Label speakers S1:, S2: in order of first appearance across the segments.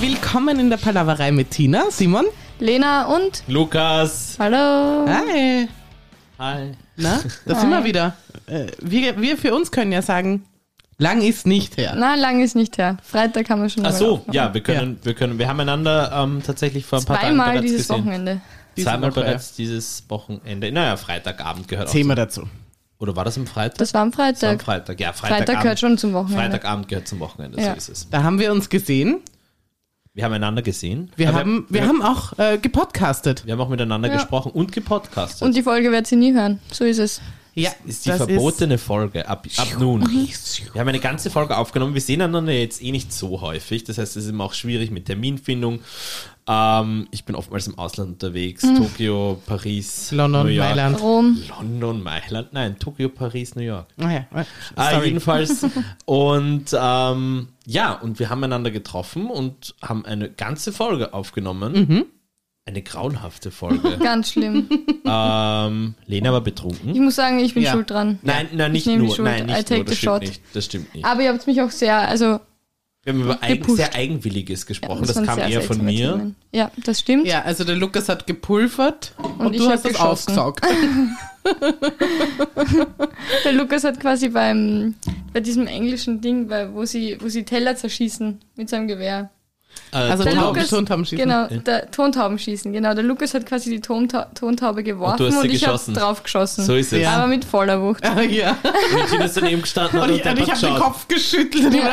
S1: Willkommen in der Palaverei mit Tina, Simon.
S2: Lena und
S3: Lukas.
S2: Hallo.
S1: Hi.
S3: Hi.
S1: Na, da sind wir wieder. Äh, Wir, wir für uns können ja sagen, lang ist nicht her.
S2: Na, lang ist nicht her. Freitag haben wir schon.
S3: Ach
S2: einmal
S3: so,
S2: aufgenommen.
S3: ja, wir können, wir können, wir haben einander ähm, tatsächlich vor ein paar Tagen
S2: Zweimal
S3: bereits
S2: dieses
S3: gesehen.
S2: Wochenende.
S1: Diese
S3: Zweimal
S1: Woche,
S3: bereits dieses Wochenende. Naja, Freitagabend gehört auch.
S1: Thema dazu.
S3: zu- Oder war das am Freitag?
S2: Das war am
S3: Das war am
S2: Freitag.
S3: Freitag. Ja, Freitagabend.
S2: Freitag gehört schon zum Wochenende.
S3: Freitagabend gehört zum Wochenende,
S2: Ja.
S3: so ist es.
S1: Da haben wir uns gesehen.
S3: Wir haben einander gesehen.
S1: Wir
S3: Aber
S1: haben, wir
S3: wir,
S1: haben auch äh, gepodcastet.
S3: wir haben auch miteinander
S2: Ja.
S3: gesprochen und gepodcastet.
S2: Und die Folge werdet ihr nie hören. So ist es.
S1: Ja,
S3: ist die
S1: das Mhm.
S3: verbotene Folge ab, ab nun. Wir haben eine ganze Folge aufgenommen. Wir sehen einander jetzt eh nicht so häufig. Das heißt, es ist immer auch schwierig mit Terminfindung. Ähm, ich bin oftmals im Ausland unterwegs. Tokio, Paris,
S1: Mhm. London,
S3: New York.
S1: Mailand.
S2: Rom.
S3: London, Mailand. Nein, Tokio, Paris, New York.
S1: Ah ja, äh,
S3: Ah,
S1: sorry.
S3: jedenfalls. und ähm, ja, und wir haben einander getroffen und haben eine ganze Folge aufgenommen.
S1: Mhm.
S3: Eine grauenhafte Folge.
S2: Ganz schlimm.
S3: ähm, Lena war
S2: Ich
S3: betrunken.
S2: muss sagen, ich bin
S1: Ja.
S2: schuld dran.
S3: Nein, nein, nicht
S2: nehme die
S3: nur.
S2: Schuld.
S3: Nein,
S2: I
S3: nicht
S2: take
S3: nur. Das
S2: the shot. Ah,
S3: stimmt nicht. Das stimmt nicht.
S2: Aber ihr habt mich auch sehr, also.
S3: Wir haben über eigen,
S2: Gepusht.
S3: sehr Eigenwilliges gesprochen. das
S2: waren
S3: kam
S2: sehr
S3: eher von
S2: seltsame
S3: mir.
S2: Themen. Ja, das stimmt.
S1: ja, also der Lukas hat gepulvert und,
S2: Und ich
S1: du
S2: hab
S1: hast das
S2: geschossen.
S1: aufgesaugt.
S2: Der Lukas hat quasi beim, bei diesem englischen Ding, bei, wo sie, wo sie Teller zerschießen mit seinem Gewehr.
S3: Äh,
S1: Also
S2: Der
S1: Tauben-
S2: Lukas-
S1: Tontauben schießen.
S2: Genau, der Tontauben schießen, genau. Der Lukas hat quasi die Tonta Tontaube geworfen
S3: du
S2: und,
S3: hast sie
S2: ich habe
S3: geschossen.
S2: drauf geschossen.
S3: So ist es.
S1: Ja.
S2: Aber mit voller Wucht.
S1: ja.
S3: Und Tina ist daneben gestanden
S1: Und
S3: und,
S1: ich,
S3: hat
S1: und ich habe den
S3: geschaut.
S1: Kopf geschüttelt. Ist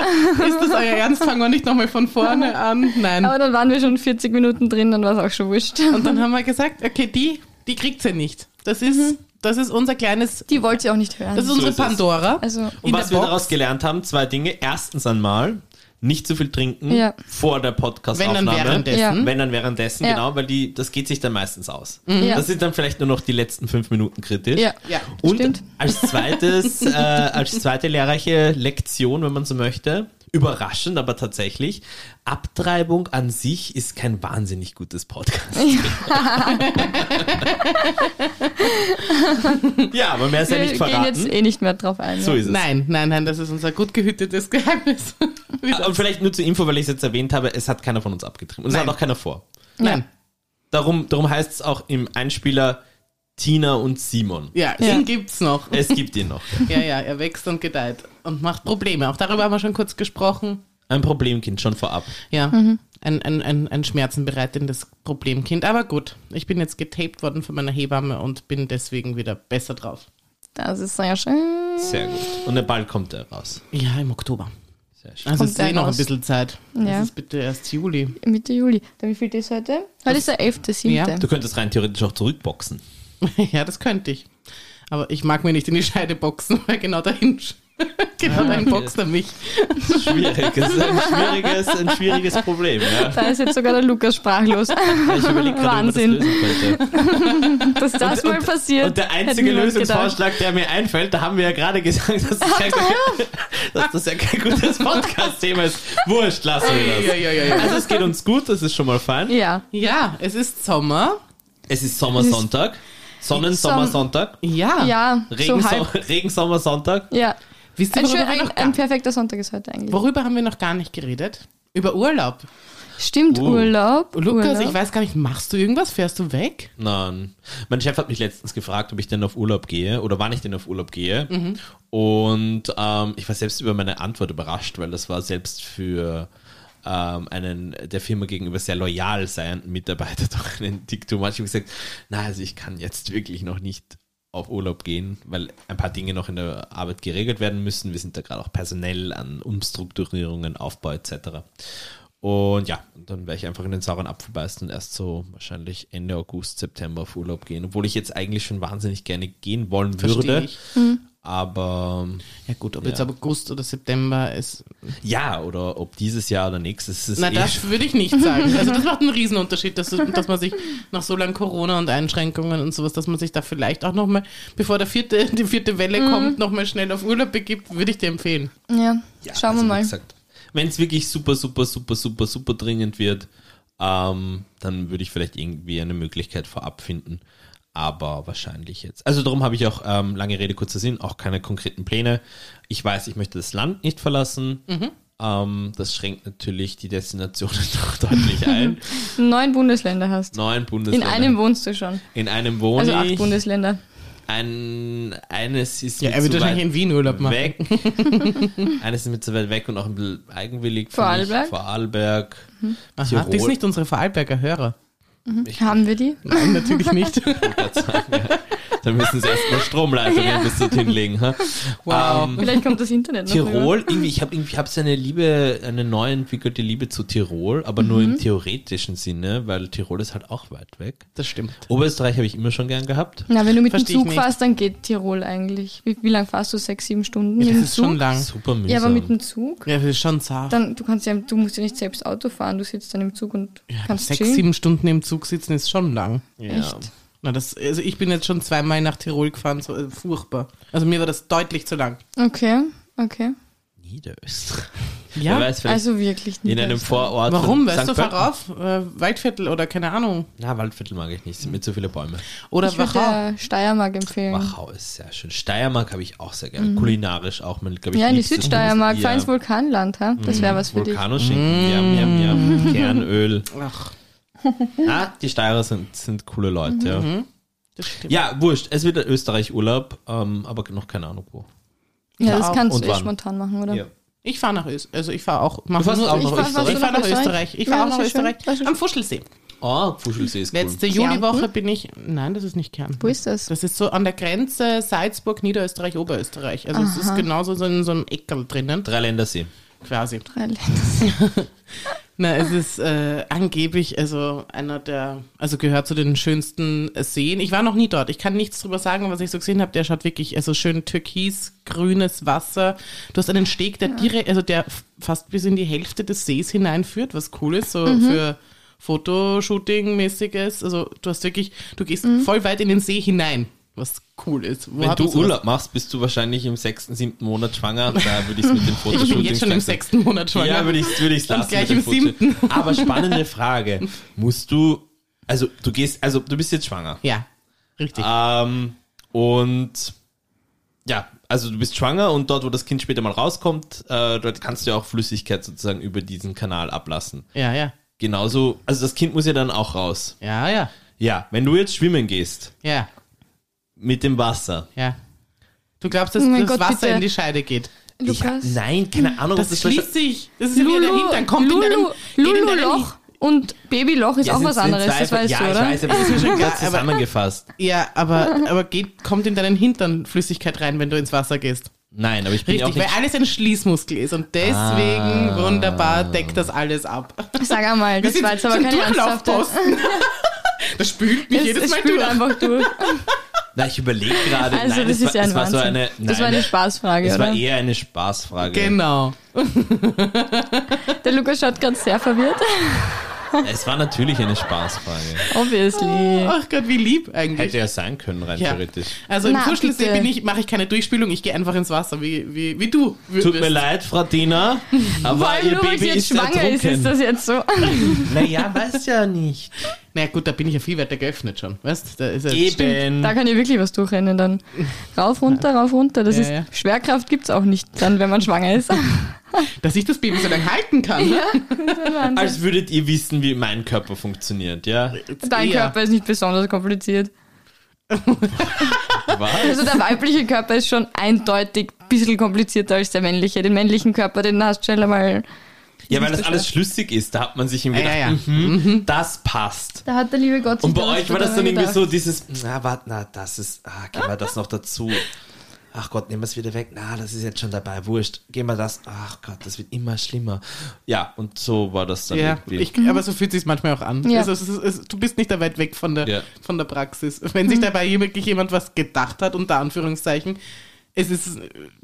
S1: das euer Ernst? Fangen wir nicht nochmal von vorne an. Nein.
S2: Aber dann waren wir schon 40 Minuten drin, dann war es auch schon wurscht.
S1: Und dann haben wir gesagt, okay, die, die kriegt sie nicht. Das ist,
S2: Mhm.
S1: das ist unser kleines,
S2: Die wollte sie auch nicht hören.
S1: das ist unsere
S3: ist es.
S1: Pandora.
S2: also,
S3: Und
S1: in
S3: was
S1: der
S3: wir
S1: Box.
S3: daraus gelernt haben, zwei Dinge. Erstens einmal, nicht zu viel trinken
S2: Ja.
S3: vor der
S1: wenn dann
S3: Podcastaufnahme.
S1: währenddessen.
S3: Wenn dann währenddessen,
S2: Ja. Mhm.
S3: genau, weil die, das geht sich dann meistens aus.
S2: Ja.
S3: Mhm. Das sind dann vielleicht nur noch die letzten fünf Minuten kritisch.
S2: ja.
S1: Ja.
S3: Und
S2: Stimmt.
S3: als zweites, äh, als zweite lehrreiche Lektion, wenn man so möchte, überraschend, aber tatsächlich, Abtreibung an sich ist kein wahnsinnig gutes Podcast. ja, aber mehr ist ja
S2: Wir
S3: nicht
S2: gehen jetzt
S3: verraten.
S2: eh nicht mehr drauf ein.
S3: So
S2: ja.
S3: ist es.
S1: Nein, nein, nein, das ist unser gut gehütetes Geheimnis. Wie
S3: Ah, Und
S1: das-
S3: vielleicht nur zur Info, weil ich es jetzt erwähnt habe, es hat keiner von uns abgetrieben. Und es
S1: Nein.
S3: hat auch keiner vor.
S1: nein.
S3: Darum, darum heißt es auch im Einspieler Tina und Simon.
S1: Ja,
S2: Ja.
S1: ihn gibt's noch.
S3: Es gibt ihn noch.
S1: Ja, ja, er wächst und gedeiht und macht Probleme. Auch darüber haben wir schon kurz gesprochen.
S3: Ein Problemkind, schon vorab.
S1: Ja,
S2: Mhm.
S1: ein, ein, ein, ein schmerzenbereitendes Problemkind. Aber gut, ich bin jetzt getaped worden von meiner Hebamme und bin deswegen wieder besser drauf.
S2: Das ist sehr schön.
S3: Sehr gut. Und der Ball kommt da raus.
S1: Ja, im Oktober.
S3: Sehr schön.
S1: Also
S2: Kommt
S1: es ist eh
S2: der
S1: noch ein
S2: raus?
S1: bisschen Zeit.
S2: Ja.
S1: Es ist bitte erst Juli.
S2: Mitte Juli. Dann wie viel ist heute? Heute ist der 11.7.
S1: Ja.
S3: Du könntest rein theoretisch auch zurückboxen.
S1: Ja, das könnte ich. Aber ich mag mir nicht in die Scheide boxen, weil genau dahin, sch- genau dahin
S3: Ah, okay.
S1: boxt er mich.
S3: Schwierig. Das ist ein schwieriges, ein schwieriges Problem. Ja.
S2: Da ist jetzt sogar der Lukas sprachlos.
S3: Ich überlege gerade, wie
S2: Wahnsinn.
S3: man das lösen könnte.
S2: Dass das mal passiert.
S3: Und der
S2: hätte
S3: einzige
S2: niemand gedacht.
S3: Lösungsvorschlag, der mir einfällt, da haben wir ja gerade gesagt, dass das, ja kein, dass das ja kein gutes Podcast-Thema ist. Wurscht, lassen wir
S1: Ja,
S3: das.
S1: ja, ja, ja.
S3: Also es geht uns gut, das ist schon mal fein.
S2: Ja.
S1: ja, es ist Sommer.
S3: Es ist Sommersonntag. Sonnensommersonntag.
S1: Ja.
S3: Ah,
S2: Ja. So halb.
S3: Regensommer- Regensommersonntag.
S2: Ja.
S1: Wisst ihr,
S2: Ein, Äh, schön,
S1: worüber, wir
S2: ein,
S1: noch
S2: ein
S1: gar,
S2: perfekter Sonntag ist heute eigentlich.
S1: worüber haben wir noch gar nicht geredet? Über Urlaub.
S2: Stimmt,
S3: Uh.
S2: Urlaub.
S1: Oh, Lukas,
S2: Urlaub.
S1: ich weiß gar nicht, machst du irgendwas? Fährst du weg?
S3: Nein. Mein Chef hat mich letztens gefragt, ob ich denn auf Urlaub gehe oder wann ich denn auf Urlaub gehe. Und ähm, ich war selbst über meine Antwort überrascht, weil das war selbst für ähm, einen der Firma gegenüber sehr loyal seienden Mitarbeiter doch einen Dick too much. Ich habe gesagt, na, also ich kann jetzt wirklich noch nicht auf Urlaub gehen, weil ein paar Dinge noch in der Arbeit geregelt werden müssen. Wir sind da gerade auch personell an Umstrukturierungen, Aufbau etc. Und ja, und dann werde ich einfach in den sauren Apfel beißen und erst so wahrscheinlich Ende August, September auf Urlaub gehen. Obwohl ich jetzt eigentlich schon wahnsinnig gerne gehen wollen würde.
S1: ich.
S3: Aber ähm,
S1: Ja gut, ob
S3: Ja.
S1: jetzt August oder September ist.
S3: ja, oder ob dieses Jahr oder nächstes ist
S1: Na,
S3: eh
S1: das
S3: schon-
S1: würde ich nicht sagen. Also das macht einen Riesenunterschied, dass, dass man sich nach so lang Corona und Einschränkungen und sowas, dass man sich da vielleicht auch nochmal, bevor der vierte, die vierte Welle
S2: Mhm.
S1: kommt, nochmal schnell auf Urlaub begibt, würde ich dir empfehlen.
S2: Ja.
S3: Ja,
S2: Schauen
S3: also
S2: wir
S3: wie
S2: mal.
S3: gesagt, Wenn es wirklich super, super, super, super, super dringend wird, ähm, dann würde ich vielleicht irgendwie eine Möglichkeit vorab finden. Aber wahrscheinlich jetzt. Also darum habe ich auch,
S2: Mhm.
S3: ähm, lange Rede, kurzer Sinn, auch keine konkreten Pläne. Ich weiß, ich möchte das Land nicht verlassen. Ähm, das schränkt natürlich die Destinationen doch deutlich ein.
S2: Neun Bundesländer hast.
S3: Neun
S2: In
S3: Bundesländer.
S2: einem wohnst du schon.
S3: In einem wohne
S2: Also acht
S3: ich.
S2: Bundesländer.
S3: Ein, eines ist
S1: Ja,
S3: mir
S1: er wird
S3: zu weit
S1: wahrscheinlich in Wien Urlaub machen.
S3: weg. eines ist mir zu weit weg und auch ein bisschen eigenwillig. finde
S2: Vorarlberg?
S3: Ich. Vorarlberg.
S1: Aha,
S3: Tirol.
S1: das ist nicht unsere Vorarlberger Hörer.
S2: Haben wir die?
S1: Nein, natürlich nicht.
S3: Da müssen sie erstmal Stromleitungen bis dorthin legen. Ha?
S1: Wow.
S3: Ähm,
S2: Vielleicht kommt das Internet noch rüber.
S3: Tirol, irgendwie, ich habe irgendwie, ich hab so eine Liebe, eine neu entwickelte Liebe zu Tirol, aber nur im theoretischen Sinne, weil Tirol ist halt auch weit weg.
S1: Das stimmt.
S3: Oberösterreich habe ich immer schon gern gehabt.
S2: Na, wenn du mit dem
S1: Versteh ich
S2: Zug
S1: nicht.
S2: fährst, dann geht Tirol eigentlich. Wie, wie lang fährst du? Sechs, sieben Stunden?
S1: Ja,
S2: mit
S1: das
S2: dem
S1: ist
S2: Zug?
S1: schon lang.
S3: Super mühsam.
S2: Ja, aber mit dem Zug?
S1: Ja, das ist schon zart.
S2: Dann, du kannst ja, du musst ja nicht selbst Auto fahren, du sitzt dann im Zug und kannst
S1: Sechs,
S2: chillen.
S1: sieben Stunden im Zug sitzen ist schon lang.
S3: ja.
S2: Echt.
S1: Na, das, also ich bin jetzt schon zweimal nach Tirol gefahren, so, äh, furchtbar. Also mir war das deutlich zu lang.
S2: Okay, okay.
S3: Niederösterreich.
S1: Ja.
S3: Wer weiß, vielleicht
S2: Also wirklich nicht.
S3: in einem
S2: besser.
S3: Vorort. von
S1: Warum? Weißt
S3: St.
S1: du,
S3: Also Pölten.
S1: vorauf? Äh, Waldviertel oder keine Ahnung.
S3: Na, Waldviertel mag ich nicht, sind mir zu viele Bäume.
S1: Oder
S2: Ich äh, würde
S1: Wachau.
S2: der Steiermark empfehlen.
S3: Wachau ist sehr schön. Steiermark habe ich auch sehr gerne. Kulinarisch auch, mein, glaube
S2: Mhm.
S3: ich.
S2: Ja, in die
S3: liebstes
S2: Südsteiermark,
S3: Bundesland.
S2: fahr ins Vulkanland, ha? Das wäre was für dich.
S3: Vulkanoschinken,
S1: Mhm.
S3: jam, jam, jam. Kernöl.
S1: Ach,
S3: Ah, die Steirer sind, sind coole Leute.
S2: Mhm.
S3: Ja.
S1: Mhm. das stimmt.
S3: Ja, wurscht. Es wird Österreich-Urlaub, ähm, aber noch keine Ahnung wo.
S2: Ja, das
S1: Klar.
S2: kannst
S3: Und
S2: du eh
S3: wann?
S2: spontan machen, oder?
S3: Ja.
S1: Ich fahre nach Österreich. Also ich fahre auch. Mach
S3: fährst
S1: nur,
S3: auch
S1: ich
S3: nach
S1: fahre
S3: Österreich?
S1: fahr nach Österreich. Ich fahre
S2: Ja,
S1: auch nach
S2: das ist schön.
S1: Österreich.
S2: Das ist
S1: Am Fuschelsee.
S3: Oh, Fuschelsee ist
S1: Letzte
S3: cool.
S2: Kärnten?
S1: Juliwoche bin ich. Nein, das ist nicht Kern.
S2: Wo ist das?
S1: Das ist so an der Grenze Salzburg, Niederösterreich, Oberösterreich. Also es ist genauso so in so einem Eckerl drinnen,
S3: Dreiländersee.
S1: quasi.
S2: Drei Länder.
S1: Na, es ist äh, angeblich also einer der, also gehört zu den schönsten äh, Seen. Ich war noch nie dort. Ich kann nichts drüber sagen, was ich so gesehen habe. Der schaut wirklich also schön türkisgrünes Wasser. Du hast einen Steg, der direkt, also der f- fast bis in die Hälfte des Sees hineinführt, was cool ist, so für Fotoshooting-mäßiges. Also du hast wirklich, du gehst voll weit in den See hinein, was cool ist. Wo
S3: Wenn
S1: hat man
S3: du
S1: sowas?
S3: Urlaub machst, bist du wahrscheinlich im sechsten, siebten Monat schwanger. Da würde ich es mit den Fotoshootings
S1: Ich bin jetzt schon im
S3: lassen.
S1: sechsten Monat schwanger.
S3: Ja, würde ich es würd ich's
S1: Und
S3: lassen.
S1: gleich
S3: mit den
S1: im siebten.
S3: Fotos. Aber spannende Frage. Musst du, also du gehst, also du bist jetzt schwanger.
S1: Ja, richtig.
S3: Ähm, und ja, also du bist schwanger und dort, wo das Kind später mal rauskommt, äh, dort kannst du ja auch Flüssigkeit sozusagen über diesen Kanal ablassen.
S1: Ja, ja.
S3: Genauso, also das Kind muss ja dann auch raus.
S1: Ja, ja.
S3: Ja, wenn du jetzt schwimmen gehst
S1: Ja.
S3: mit dem Wasser.
S1: Ja. Du glaubst, dass
S2: Oh mein
S1: das
S2: Gott,
S1: Wasser
S2: bitte.
S1: in die Scheide geht.
S3: Ich,
S2: Lukas?
S3: nein, keine Ahnung,
S1: Das,
S3: was das
S1: schließt sich. Das ist ja wieder dahinter. Dann kommt in deinem,
S2: Lulu,
S1: geht in
S2: Lulu
S1: deinem-
S2: Loch und Babyloch ist
S3: Ja,
S2: auch
S3: sind-
S2: was
S3: sind
S2: anderes,
S3: zwei-
S2: das weißt
S3: ja,
S2: du,
S3: Ja,
S2: oder?
S3: ich weiß, aber das ist schon
S1: Ja,
S3: ganz
S1: aber-
S3: zusammengefasst.
S1: Ja, aber, aber geht, kommt in deinen Hintern Flüssigkeit rein, wenn du ins Wasser gehst.
S3: Nein, aber ich bin ja auch
S1: Richtig, weil
S3: nicht...
S1: alles ein Schließmuskel ist und deswegen
S3: Ah.
S1: wunderbar deckt das alles ab.
S2: Sag einmal, das
S1: sind
S2: war jetzt aber
S1: so ein
S2: keine ernsthafte.
S1: Durchlaufposten. Das spült mich
S2: Es-
S1: jedes
S2: es
S1: Mal
S2: spült
S1: durch.
S2: einfach durch.
S3: Nein, ich überlege gerade.
S2: Also
S3: nein,
S2: das,
S3: es
S2: ist ja
S3: war,
S2: ein
S3: es war
S2: Wahnsinn.
S3: so eine... Nein,
S2: das war eine Spaßfrage,
S3: Es
S2: oder?
S3: war eher eine Spaßfrage.
S1: Genau.
S2: Der Lukas schaut ganz sehr verwirrt.
S3: Es war natürlich eine Spaßfrage.
S2: Obviously.
S1: Ach Gott, wie lieb eigentlich.
S3: Hätte ja sein können, rein
S1: Ja.
S3: theoretisch.
S1: Also im
S2: Na,
S1: Kuschelsee
S2: bitte.
S1: bin ich, mache ich keine Durchspülung, ich gehe einfach ins Wasser, wie, wie, wie du.
S3: Tut mir
S1: würdest.
S3: leid, Frau Dina,
S2: Vor
S3: aber
S2: allem
S3: ihr
S2: nur, weil sie
S3: Baby
S2: jetzt
S3: ist
S2: schwanger ist, ist
S3: ertrunken.
S2: das jetzt so.
S3: Naja, weiß ja nicht.
S1: Naja gut, da bin ich ja viel weiter geöffnet schon, weißt? Da ist ja
S3: Eben.
S2: Da kann ihr wirklich was durchrennen dann. Rauf, runter, rauf, runter. Das
S1: Ja,
S2: ist,
S1: ja.
S2: Schwerkraft gibt's auch nicht dann, wenn man schwanger ist.
S1: dass ich das Baby so lange halten kann. ne?
S3: Als würdet ihr wissen, wie mein Körper funktioniert, ja?
S2: Dein
S1: eher.
S2: Körper ist nicht besonders kompliziert.
S3: Was?
S2: Also der weibliche Körper ist schon eindeutig ein bisschen komplizierter als der männliche. Den männlichen Körper, den hast du schneller mal...
S3: Ja, weil das alles schlüssig ist. Da hat man sich eben
S1: Ja,
S3: gedacht,
S1: ja, ja.
S3: mhm, das passt.
S2: Da hat der liebe Gott...
S3: Und bei euch war das dann irgendwie so dieses, na, warte, na, das ist, ah, gehen wir das noch dazu. Ach Gott, nehmen wir es wieder weg. Na, das ist jetzt schon dabei. Wurscht. Gehen wir das. Ach Gott, das wird immer schlimmer. Ja, und so war das dann
S1: Ja,
S3: irgendwie.
S1: ich, aber so fühlt sich manchmal auch an.
S2: Ja.
S1: Also, es, ist- es, du bist nicht da weit weg von der,
S3: Ja.
S1: von der Praxis. Wenn
S2: Mhm.
S1: sich dabei hier wirklich jemand was gedacht hat, unter Anführungszeichen, es ist,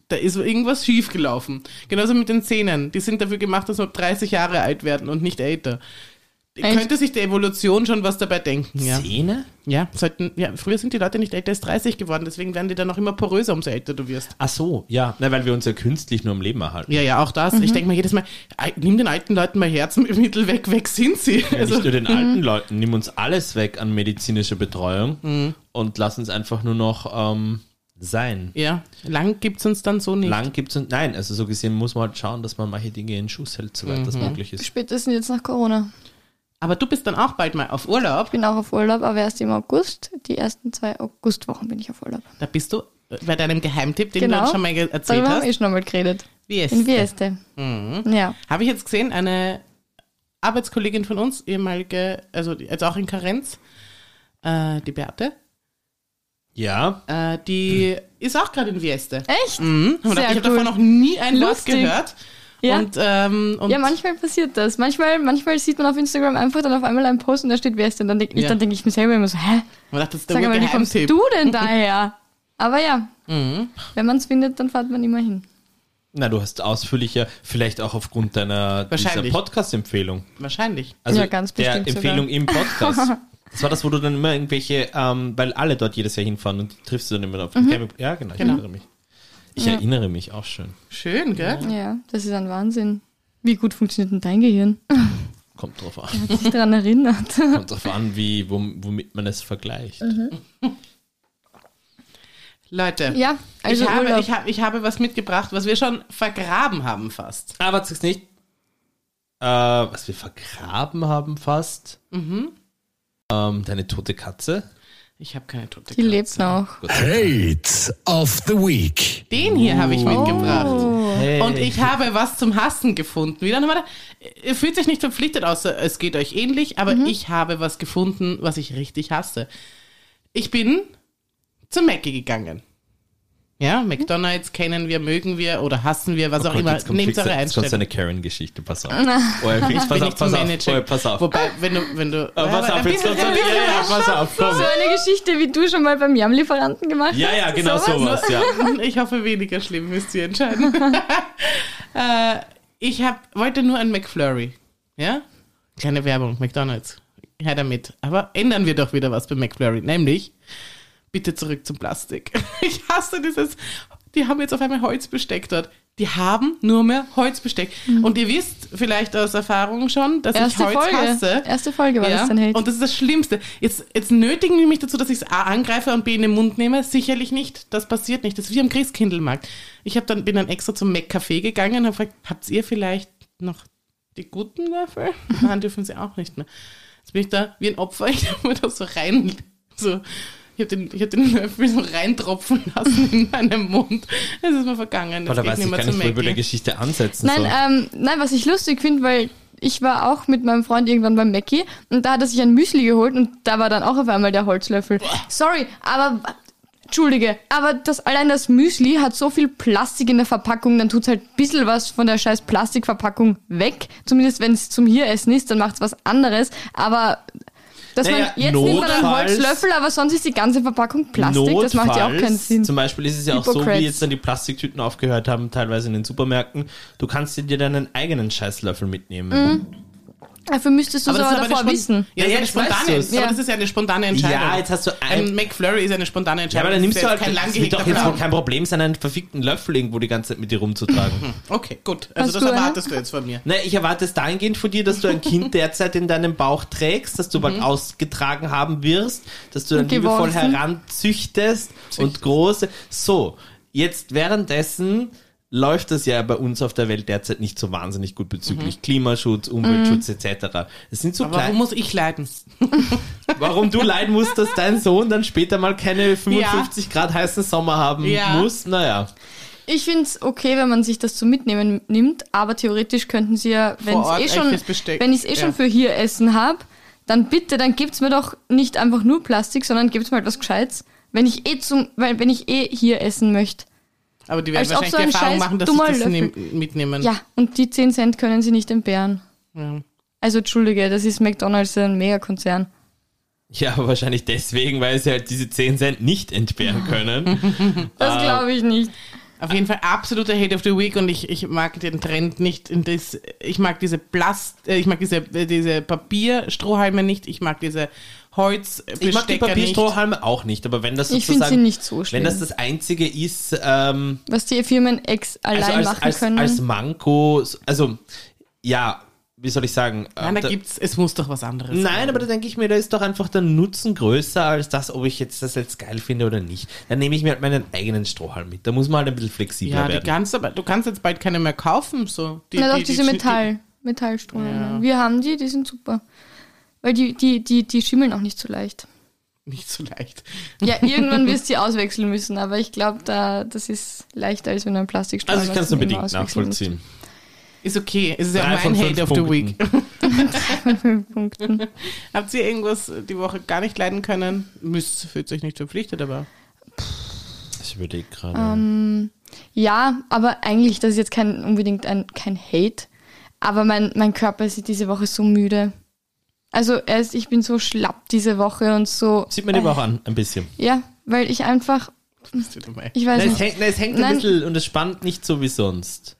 S1: da ist irgendwas schiefgelaufen. Genauso mit den Zähnen. Die sind dafür gemacht, dass wir 30 Jahre alt werden und nicht älter.
S2: Echt?
S1: Könnte sich der Evolution schon was dabei denken, ja.
S3: Zähne?
S1: Ja, sollten, ja, früher sind die Leute nicht älter als 30 geworden, deswegen werden die dann auch immer poröser, umso älter du wirst.
S3: Ach so, ja. Na, weil wir uns ja künstlich nur am Leben erhalten.
S1: Ja, ja, auch das.
S2: Mhm.
S1: Ich denke mal jedes Mal, "Ei, nimm den alten Leuten mal Herzmittel weg, weg sind sie.
S3: Ja,
S1: also,
S3: nicht nur den alten Leuten, nimm uns alles weg an medizinischer Betreuung und lass uns einfach nur noch ähm, sein.
S1: Ja, lang gibt's uns dann so nicht.
S3: Lang gibt's und nein, also so gesehen muss man halt schauen, dass man manche Dinge in Schuss hält, soweit das möglich ist.
S2: Spätestens jetzt nach Corona.
S1: Aber du bist dann auch bald mal auf
S2: Ich
S1: Urlaub.
S2: bin auch auf Urlaub, aber erst im August. Die ersten zwei Augustwochen bin ich auf Urlaub.
S1: Da bist du äh, bei deinem Geheimtipp, den
S2: Genau.
S1: du uns schon mal ge- erzählt
S2: Darüber haben wir eh
S1: hast.
S2: schon einmal geredet.
S1: Wie ist?
S2: In Vieste.
S3: Mhm.
S2: Ja.
S1: Habe ich jetzt gesehen, eine Arbeitskollegin von uns, ehemalige, also die- jetzt auch in Karenz, äh, die Beate,
S3: Ja,
S1: äh, die ist auch gerade in Vieste.
S2: Echt?
S1: Mhm. Und
S2: Hm. Äh, Sehr
S1: ich habe davon
S2: cool.
S1: noch nie ein
S2: Lustig.
S1: Wort gehört.
S2: Ja.
S1: Und, ähm, und
S2: ja, manchmal passiert das. Manchmal, manchmal sieht man auf Instagram einfach dann auf einmal einen Post und da steht Vieste. Und dann, denk,
S1: Ja.
S2: ich, dann denke ich mir selber immer so, hä?
S1: man dachte, das ist der Mhm.
S2: Sag mal, wie kommst
S1: Geheimtipp.
S2: du denn daher? Aber ja, wenn man es findet, dann fährt man immer hin.
S3: na, du hast ausführlicher, vielleicht auch aufgrund deiner dieser
S1: Wahrscheinlich.
S3: Podcast-Empfehlung.
S1: Wahrscheinlich.
S3: Also
S2: Ja, ganz
S3: der
S2: bestimmt sogar.
S3: Empfehlung im Podcast. Das war das, wo du dann immer irgendwelche, ähm, weil alle dort jedes Jahr hinfahren und die triffst du dann immer auf dem Camping. Ja, genau, ich
S1: Genau.
S3: erinnere mich. Ich erinnere mich auch schön.
S1: Schön, gell?
S2: Ja, das ist ein Wahnsinn. Wie gut funktioniert denn dein Gehirn?
S3: Kommt drauf an.
S2: Sich daran erinnert.
S3: Kommt drauf an, wie, wo, womit man es vergleicht.
S1: Mhm. Leute,
S2: Ja, also
S1: ich, habe,
S2: Urlaub.
S1: ich, habe, ich habe was mitgebracht, was wir schon vergraben haben fast.
S3: Ah, warte, sag's nicht. Äh, was wir vergraben haben fast.
S1: Mhm.
S3: Ähm, deine tote Katze.
S1: Ich habe keine tote
S2: die
S1: Katze.
S2: lebt noch.
S4: Hate of the Week.
S1: Den hier habe ich mitgebracht.
S3: Oh. Hey.
S1: Und ich habe was zum Hassen gefunden. Wieder nochmal, ihr fühlt sich nicht verpflichtet, außer es geht euch ähnlich,
S2: Mhm.
S1: aber ich habe was gefunden, was ich richtig hasse. Ich bin zum Mackie gegangen. Ja,
S2: Mhm.
S1: McDonalds kennen wir, mögen wir oder hassen wir, was auch
S3: Oh Gott,
S1: immer.
S3: jetzt kommt
S1: Nehmt
S3: fix-
S1: eure
S3: jetzt kommt
S1: Einstellung.
S3: seine Karen-Geschichte, pass auf. Oh, ja, fix, pass
S1: Bin ich
S3: auf,
S1: zum
S3: pass auf,
S1: Manager.
S3: oh, pass auf.
S1: Wobei, wenn du, wenn du.
S3: Oh, pass auf, jetzt kommt so eine, ja, ja, pass auf,
S1: Oh.
S3: komm.
S2: So eine Geschichte, wie du schon mal beim Yam-Lieferanten gemacht
S3: Ja,
S2: hast.
S3: ja, genau
S2: sowas?
S3: sowas, ja.
S1: Ich hoffe, weniger schlimm müsst ihr entscheiden. äh, ich hab, wollte nur ein McFlurry. Ja? Kleine Werbung, McDonalds. Her damit. Aber ändern wir doch wieder was bei McFlurry. Nämlich, bitte zurück zum Plastik. Ich hasse dieses. Die haben jetzt auf einmal Holzbesteck dort. Die haben nur mehr Holzbesteck. Und ihr wisst vielleicht aus Erfahrung schon, dass
S2: Mhm. Erste
S1: ich Holz
S2: Folge.
S1: hasse.
S2: Erste Folge war
S1: Ja,
S2: das dann Hate.
S1: Und das ist das Schlimmste. Jetzt, jetzt nötigen die mich dazu, dass ich es A angreife und B in den Mund nehme. Sicherlich nicht. Das passiert nicht. Das ist wie am Christkindlmarkt. Ich hab dann, bin dann extra zum Mac-Café gegangen und habe gefragt, habt ihr vielleicht noch die guten Löffel? Nein, dürfen sie auch nicht mehr. Jetzt bin ich da wie ein Opfer. Ich habe mir da so rein, so, ich habe den, ich hab den Löffel so reintropfen lassen in meinem Mund. Es ist mir vergangen.
S3: Boah,
S1: Jetzt
S3: da
S1: geht
S3: weiß ich
S1: nicht
S3: gar
S1: mehr zum
S3: nicht, wo wir der
S1: Mac.
S3: Geschichte ansetzen
S2: Nein,
S3: soll.
S2: ähm, nein, was ich lustig finde, weil ich war auch mit meinem Freund irgendwann beim Mackie und da hat er sich ein Müsli geholt und da war dann auch auf einmal der Holzlöffel. Sorry, aber Entschuldige, aber das, allein das Müsli hat so viel Plastik in der Verpackung, dann tut's halt ein bisschen was von der scheiß Plastikverpackung weg. Zumindest wenn es zum Hieressen ist, dann macht's was anderes. Aber dass
S3: Naja,
S2: man jetzt nimmt man einen
S3: notfalls-
S2: Holzlöffel, aber sonst ist die ganze Verpackung Plastik, das macht ja auch keinen
S3: Notfalls,
S2: Sinn.
S3: Zum Beispiel ist es ja auch so,
S2: Hypocrites.
S3: wie jetzt dann die Plastiktüten aufgehört haben, teilweise in den Supermärkten. Du kannst dir deinen eigenen Scheißlöffel mitnehmen.
S2: Mhm. Dafür müsstest du es aber,
S1: das ist
S2: davor
S1: eine Spon-
S2: wissen.
S1: Ja,
S3: Ja,
S1: das ist
S3: jetzt
S1: eine
S3: weißt
S1: spontane,
S3: du's.
S1: aber
S2: Ja.
S1: das ist ja eine spontane Entscheidung.
S3: Ja, jetzt hast du ein-
S1: ein McFlurry ist eine spontane
S3: Ja,
S1: Entscheidung.
S3: aber dann nimmst
S1: Das
S3: du
S1: ist
S3: halt,
S1: kein lang
S3: es wird doch jetzt
S1: gehegter
S3: wohl kein Problem sein, einen verfickten Löffel irgendwo die ganze Zeit mit dir rumzutragen.
S1: Plan. Okay, gut. Also
S2: Hast
S1: das
S2: du eine?
S1: erwartest du jetzt von mir.
S3: Nein, ich erwarte es dahingehend von dir, dass du ein Kind derzeit in deinem Bauch trägst, dass du
S1: Mhm.
S3: bald ausgetragen haben wirst, dass du dann liebevoll
S2: Geworfen.
S3: heranzüchtest und große. So, jetzt währenddessen läuft das ja bei uns auf der Welt derzeit nicht so wahnsinnig gut bezüglich Klimaschutz, Umweltschutz etc. Es sind so
S1: Mhm. Aber warum
S3: kleine.
S1: muss ich leiden?
S3: Warum du leiden musst, dass dein Sohn dann später mal keine 55 Grad heißen Sommer haben
S1: Ja.
S3: muss? Naja.
S2: Ich finde es okay, wenn man sich das zum Mitnehmen nimmt, aber theoretisch könnten sie ja, wenn
S1: Vor Ort
S2: ich eh schon,
S1: echtes Besteck.
S2: wenn ich's eh
S1: Ja.
S2: schon für hier Essen habe, dann bitte, dann gibt's mir doch nicht einfach nur Plastik, sondern gibt's mir halt was Gescheites, wenn ich eh zum, weil wenn ich eh hier essen möchte.
S1: Aber die werden
S2: Als ob
S1: wahrscheinlich
S2: so ein
S1: die Erfahrung
S2: scheiß
S1: machen, dass sie
S2: dummer
S1: das nehm,
S2: Löffel-
S1: mitnehmen.
S2: Ja, und die 10 Cent können sie nicht entbehren. Also entschuldige, das ist McDonalds das ist ein Megakonzern.
S3: Ja, aber wahrscheinlich deswegen, weil sie halt diese 10 Cent nicht entbehren können.
S2: Das glaube ich nicht.
S1: Auf jeden Fall absoluter Hate of the Week und ich, ich mag den Trend nicht. In das, ich mag diese Plast, äh, ich mag diese, äh, diese Papierstrohhalme nicht, ich mag diese Holzbestecker
S3: Ich mag die
S1: nicht.
S3: Papierstrohhalme auch nicht, aber wenn das
S2: Ich find
S3: sozusagen-
S2: sie nicht so schlimm.
S3: Wenn das das einzige ist, ähm,
S2: Was die Firmen ex allein
S3: also als,
S2: machen
S3: als,
S2: können.
S3: als Manko, also ja, wie soll ich sagen?
S1: Nein,
S3: ähm,
S1: da gibt's, es muss doch was anderes
S3: Nein, aber da denke ich mir, da ist doch einfach der Nutzen größer als das, ob ich jetzt das jetzt geil finde oder nicht. Dann nehme ich mir halt meinen eigenen Strohhalm mit. Da muss man halt ein bisschen flexibler
S1: Ja, die
S3: werden.
S1: kannst aber, du kannst jetzt bald keine mehr kaufen. So. Die,
S2: Na doch,
S1: die- die-
S2: diese
S1: die-
S2: Metall, Metallströme. ne?
S1: Ja.
S2: Wir haben die, die sind super. Weil die, die, die, die schimmeln auch nicht so leicht.
S1: Nicht so leicht.
S2: Ja, irgendwann wirst du die auswechseln müssen, aber ich glaube, da, das ist leichter, als wenn du einen Plastikstrahl
S3: Also ich
S2: hast
S3: kann es
S2: und
S3: nur
S2: immer
S3: bedingt
S2: auswechseln
S3: nachvollziehen.
S1: Ist okay. Es ist ja
S3: Drei
S1: mein
S3: von
S1: Hate
S3: fünf
S1: of the Week.
S3: Punkten.
S2: musst. Punkten.
S1: Habt ihr irgendwas die Woche gar nicht leiden können? Müsst, fühlt sich nicht verpflichtet, aber.
S3: Ich überlege gerade.
S2: Ähm, ja, aber eigentlich, das ist jetzt kein, unbedingt ein, kein Hate, aber mein, mein Körper ist diese Woche so müde. Also erst, ich bin so schlapp diese Woche und so.
S3: Sieht man
S2: äh,
S3: aber auch an, ein bisschen.
S2: Ja, weil ich einfach,
S1: Bist du dabei?
S2: ich weiß
S3: Nein, es
S2: nicht,
S3: hängt, nein, es hängt
S2: also Nein.
S3: ein bisschen und es spannt nicht so wie sonst.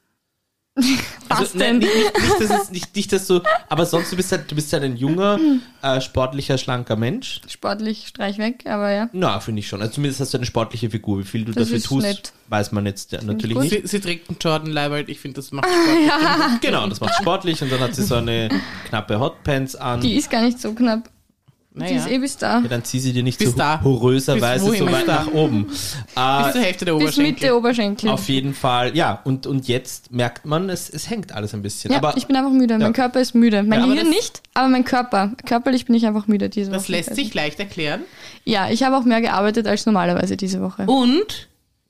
S2: was
S3: nein,
S2: denn?
S3: Also, ne, nicht, nicht, nicht, dass es, nicht, nicht, dass du, aber sonst, du bist halt, du bist halt ein junger,
S2: Hm.
S3: äh, sportlicher, schlanker Mensch.
S2: Sportlich streich weg, aber ja.
S3: Na, finde ich schon. Also zumindest hast du eine sportliche Figur. Wie viel du
S2: Das
S3: dafür
S2: ist
S3: tust,
S2: nett.
S3: weiß man jetzt ja natürlich
S2: gut.
S3: nicht.
S1: Sie, sie trägt einen Jordan Leibold, ich finde, das
S2: Ah,
S1: macht Spaß.
S3: Genau, das macht sportlich und dann hat sie so eine knappe Hotpants an.
S2: Die ist gar nicht so knapp. Die ist eh
S1: Naja.
S2: bis da.
S3: Hm. Ah ja, dann zieh sie dir nicht
S1: Bis
S3: so
S1: da.
S3: horröser
S1: Bis
S3: Weise
S1: wohin?
S3: so
S1: Bis
S3: weit
S1: da.
S3: nach oben.
S1: Bis zur
S3: Äh,
S1: Hälfte der
S2: Bis Mitte
S1: Oberschenkel.
S2: Oberschenkel.
S3: auf jeden Fall, ja. Und, und jetzt merkt man, es, es hängt alles ein bisschen.
S2: ja,
S3: aber
S2: ich bin einfach müde.
S3: Ja.
S2: Mein Körper ist müde. Mein
S3: Ja, aber
S2: Gehirn
S3: das-
S2: nicht, aber mein Körper. Körperlich bin ich einfach müde diese Woche.
S1: Das lässt sich leicht erklären.
S2: Ja, ich habe auch mehr gearbeitet als normalerweise diese Woche.
S3: Oh.
S1: Und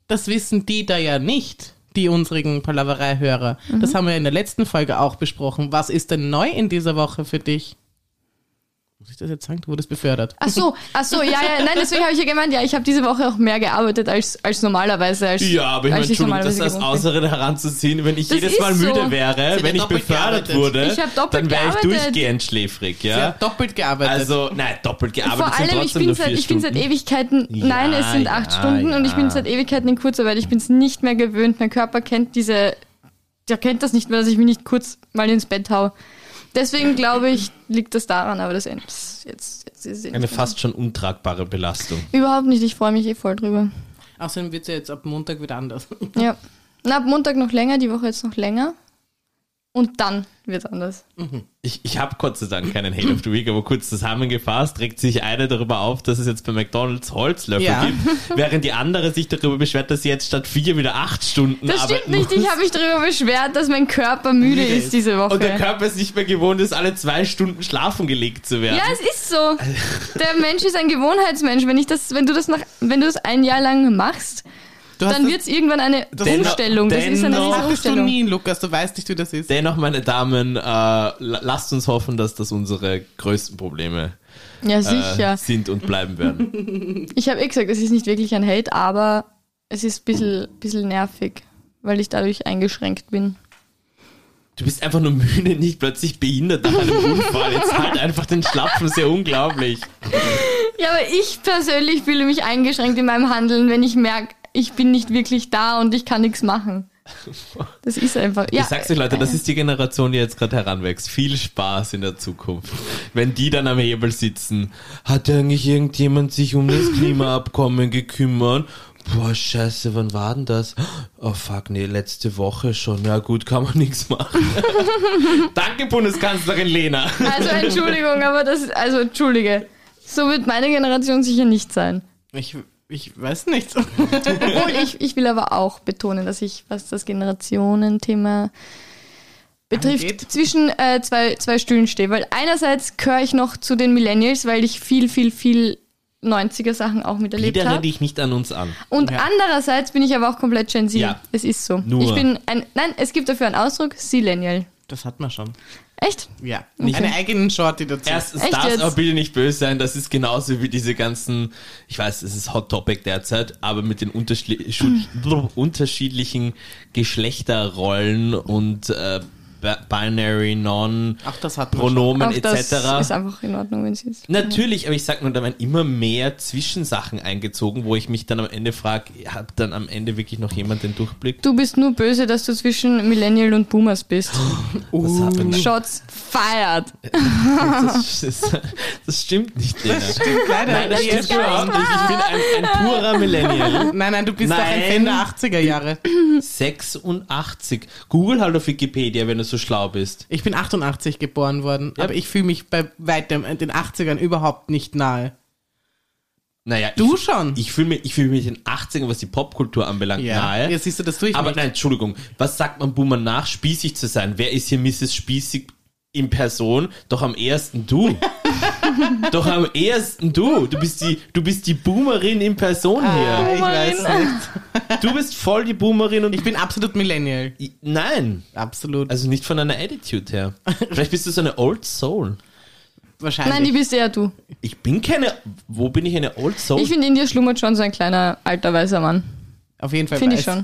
S1: das wissen die da ja nicht, die unsrigen Palaverei-Hörer.
S2: Mhm.
S1: Das haben wir in der letzten Folge auch besprochen. Was ist denn neu in dieser Woche für dich? Muss ich das jetzt sagen? Du wurdest befördert.
S2: Ach so, ach so, ja, ja, nein, deswegen habe ich ja gemeint, ja, ich habe diese Woche auch mehr gearbeitet als, als normalerweise. Als,
S3: Ja, aber ich meine,
S2: als
S3: Entschuldigung, das als
S2: normalerweise gewohnt bin.
S3: Ausrede heranzuziehen, wenn ich
S2: Das
S3: jedes
S2: ist
S3: Mal
S2: so.
S3: müde wäre,
S1: hat
S3: wenn ich
S1: doppelt
S3: befördert
S1: gearbeitet.
S3: wurde,
S2: Ich hab doppelt
S3: dann wäre ich
S2: gearbeitet.
S3: durchgehend schläfrig,
S1: Sie
S3: ja?
S1: hat doppelt gearbeitet.
S3: Also, nein, doppelt gearbeitet
S2: Vor allem,
S3: sind
S2: ich
S3: trotzdem
S2: bin,
S3: nur
S2: seit,
S3: vier
S2: ich bin seit
S3: Stunden.
S2: Ewigkeiten,
S3: Ja,
S2: nein, es sind
S3: ja,
S2: acht Stunden und ich
S3: ja.
S2: bin seit Ewigkeiten in Kurzarbeit. Ich bin es nicht mehr gewöhnt. Mein Körper kennt diese, der kennt das nicht mehr, dass ich mich nicht kurz mal ins Bett hau. Deswegen glaube ich, liegt das daran, aber das jetzt, jetzt, jetzt ist es eh
S3: Eine
S2: nicht mehr.
S3: fast schon untragbare Belastung.
S2: Überhaupt nicht, ich freue mich eh voll drüber.
S1: Außerdem wird es ja jetzt ab Montag wieder anders.
S2: Ja. Na, ab Montag noch länger, die Woche jetzt noch länger. Und dann wird's anders.
S3: Ich, ich habe Gott sei Dank keinen Hate of the Week, aber kurz zusammengefasst regt sich eine darüber auf, dass es jetzt bei McDonalds Holzlöffel
S1: Ja.
S3: gibt, während die andere sich darüber beschwert, dass sie jetzt statt vier wieder acht Stunden
S2: Das
S3: arbeiten
S2: stimmt nicht.
S3: muss.
S2: Ich habe mich darüber beschwert, dass mein Körper müde
S1: Müde
S2: ist
S1: ist.
S2: diese Woche.
S3: Und der Körper ist nicht mehr gewohnt, ist alle zwei Stunden schlafen gelegt zu werden.
S2: ja, es ist so. Der Mensch ist ein Gewohnheitsmensch. Wenn ich das, wenn du das nach, wenn du das ein Jahr lang machst,
S1: Du hast
S2: dann
S1: das-
S2: wird's irgendwann eine
S3: Dennoch-
S2: Umstellung. Das ist eine
S3: dennoch-
S2: riesige
S1: Sagtest du
S2: Umstellung.
S1: nie, Lukas, du weißt nicht, wie das ist.
S3: Dennoch, meine Damen, äh, la- lasst uns hoffen, dass das unsere größten Probleme
S2: Ja,
S3: äh,
S2: sicher.
S3: sind und bleiben werden.
S2: Ich habe eh gesagt, es ist nicht wirklich ein Hate, aber es ist ein bisschen, bisschen nervig, weil ich dadurch eingeschränkt bin.
S3: Du bist einfach nur müde, nicht plötzlich behindert nach einem Unfall. Jetzt halt einfach den Schlapfen, sehr unglaublich.
S2: Ja, aber ich persönlich fühle mich eingeschränkt in meinem Handeln, wenn ich merke, ich bin nicht wirklich da und ich kann nichts machen. Das ist einfach. Ja,
S3: ich sag's euch, Leute, das
S2: äh,
S3: ist die Generation, die jetzt gerade heranwächst. Viel Spaß in der Zukunft. Wenn die dann am Hebel sitzen, hat eigentlich irgendjemand sich um das Klimaabkommen gekümmert? Boah, scheiße, wann war denn das? Oh fuck, nee, letzte Woche schon. Ja gut, kann man nichts machen. Danke, Bundeskanzlerin Lena.
S2: Also Entschuldigung, aber das also entschuldige. So wird meine Generation sicher nicht sein.
S1: Ich, ich weiß nicht.
S2: Obwohl ich, ich will aber auch betonen, dass ich, was das Generationenthema betrifft,
S1: Angeht.
S2: zwischen äh, zwei, zwei Stühlen stehe. Weil einerseits gehöre ich noch zu den Millennials, weil ich viel, viel, viel 90er Sachen auch miterlebt
S3: Wieder
S2: habe.
S3: dich nicht an uns an.
S2: Und
S1: Ja.
S2: andererseits bin ich aber auch komplett Gen Z.
S3: Ja.
S2: Es ist so.
S3: Nur.
S2: Ich bin ein, nein, es gibt dafür einen Ausdruck, Silenial.
S1: Das hat man schon.
S2: Echt?
S1: Ja. Eine eigenen Shorty dazu.
S3: Erstens
S2: Echt
S3: das,
S2: jetzt?
S3: aber bitte nicht böse sein, das ist genauso wie diese ganzen, ich weiß, es ist Hot Topic derzeit, aber mit den unterschli- schu- blub, unterschiedlichen Geschlechterrollen und äh, bi- Binary, Non,
S1: Auch das hat man
S3: Pronomen
S2: Auch das ist
S3: etc.
S2: einfach in Ordnung, wenn sie ist.
S3: Natürlich, aber ich sag nur, da werden immer mehr Zwischensachen eingezogen, wo ich mich dann am Ende frage, hat dann am Ende wirklich noch jemand den Durchblick?
S2: Du bist nur böse, dass du zwischen Millennial und Boomers bist.
S3: Was
S2: Oh.
S3: hat denn
S2: Shots fired.
S3: das, das, das stimmt nicht, Lena.
S1: Stimmt, leider.
S3: Nein, das
S1: Ja,
S3: stimmt überhaupt nicht. Ich bin ein, ein purer Millennial.
S1: Nein, nein, du bist doch ein Fan
S3: Nein.
S1: der 80er Jahre.
S3: 86. Google halt auf Wikipedia, wenn du so schlau bist.
S1: Ich bin 88 geboren worden, aber ich fühle mich bei weitem den 80ern überhaupt nicht nahe.
S3: Naja,
S1: Du
S3: ich,
S1: schon.
S3: Ich fühle mich, ich fühl mich in den 80ern, was die Popkultur anbelangt, nahe.
S1: Jetzt siehst du das durch.
S3: Aber nein, Entschuldigung, was sagt man Boomer nach, spießig zu sein? Wer ist hier Mrs. Spießig in Person? Doch am ersten du. Doch am ersten du. Du bist die, du bist die Boomerin in Person
S1: ja,
S3: hier.
S1: ich weiß nicht.
S3: Du bist voll die Boomerin und
S1: Ich
S3: ich.
S1: bin absolut Millennial.
S3: Nein.
S1: Absolut.
S3: Also nicht von einer Attitude her. Vielleicht bist du so eine Old Soul.
S1: Wahrscheinlich.
S2: Nein, die bist eher du.
S3: Ich bin keine. Wo bin ich eine Old Soul?
S2: Ich finde, in dir schlummert schon so ein kleiner alter weißer Mann.
S1: Auf jeden Fall
S2: Finde ich
S1: weiß.
S2: schon.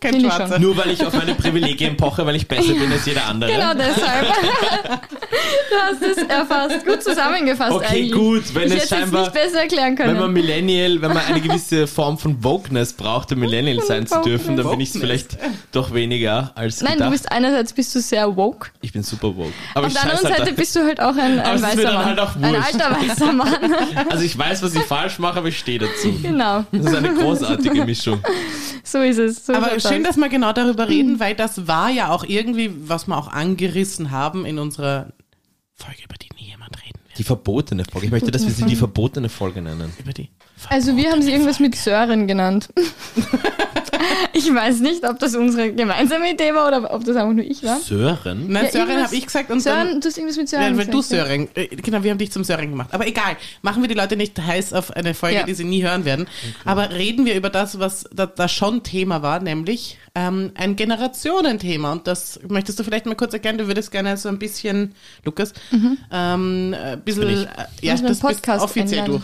S1: Kein
S2: Finde ich
S1: Schwarzer.
S3: Nur weil ich auf meine Privilegien poche, weil ich besser bin als jeder andere.
S2: Genau deshalb. du hast es erfasst. Gut zusammengefasst
S3: Okay,
S2: eigentlich.
S3: gut, wenn
S2: ich
S3: es
S2: hätte
S3: scheinbar-
S2: es nicht besser erklären können.
S3: Wenn man Millennial, wenn man eine gewisse Form von Wokeness braucht, um Millennial sein zu dürfen, dann bin ich es
S1: Wokeness.
S3: vielleicht doch weniger als
S2: Nein,
S3: gedacht.
S2: du bist einerseits bist du sehr woke.
S3: ich bin super woke. Aber
S2: Auf
S3: ich
S2: der
S3: scheiß
S2: anderen
S3: halt
S2: Seite
S3: da-
S2: bist du halt auch ein,
S3: Aber es
S2: ein
S3: ist
S2: weißer
S3: mir dann
S2: Mann.
S3: halt auch
S2: ein
S3: wurscht.
S2: alter weißer Mann.
S3: also ich weiß, was ich falsch mache, aber ich stehe dazu.
S2: genau.
S3: Das ist eine großartige Mischung.
S2: So ist es. halt. So
S1: Aber
S2: ist
S1: schön,
S2: das.
S1: dass wir genau darüber
S2: Mhm.
S1: reden, weil das war ja auch irgendwie, was wir auch angerissen haben in unserer Folge, über die nie jemand reden wird.
S3: Die verbotene Folge. Ich möchte, dass wir sie die verbotene Folge nennen.
S1: Über die
S2: Also wir haben sie irgendwas mit Sören genannt. ich weiß nicht, ob das unsere gemeinsame Idee war oder ob das einfach nur ich war.
S3: Sören?
S1: Nein,
S2: Ja,
S1: Sören
S2: irgendwas-
S1: habe ich gesagt und
S2: Sören,
S1: dann,
S2: du hast irgendwas mit Sören
S1: nein, weil
S2: gesagt.
S1: du Sören, äh, genau, wir haben dich zum Sören gemacht. Aber egal, machen wir die Leute nicht heiß auf eine Folge,
S2: Ja.
S1: die sie nie hören werden. Aber reden wir über das, was da, da schon Thema war, nämlich ähm, ein Generationenthema. Und das möchtest du vielleicht mal kurz erklären. Du würdest gerne so ein bisschen, Lukas, ähm, ein bisschen,
S3: Bin ich.
S1: äh, ja,
S2: Unseren
S1: das bist
S2: Mhm. Also Podcast
S1: offiziell
S2: ändern.
S1: du.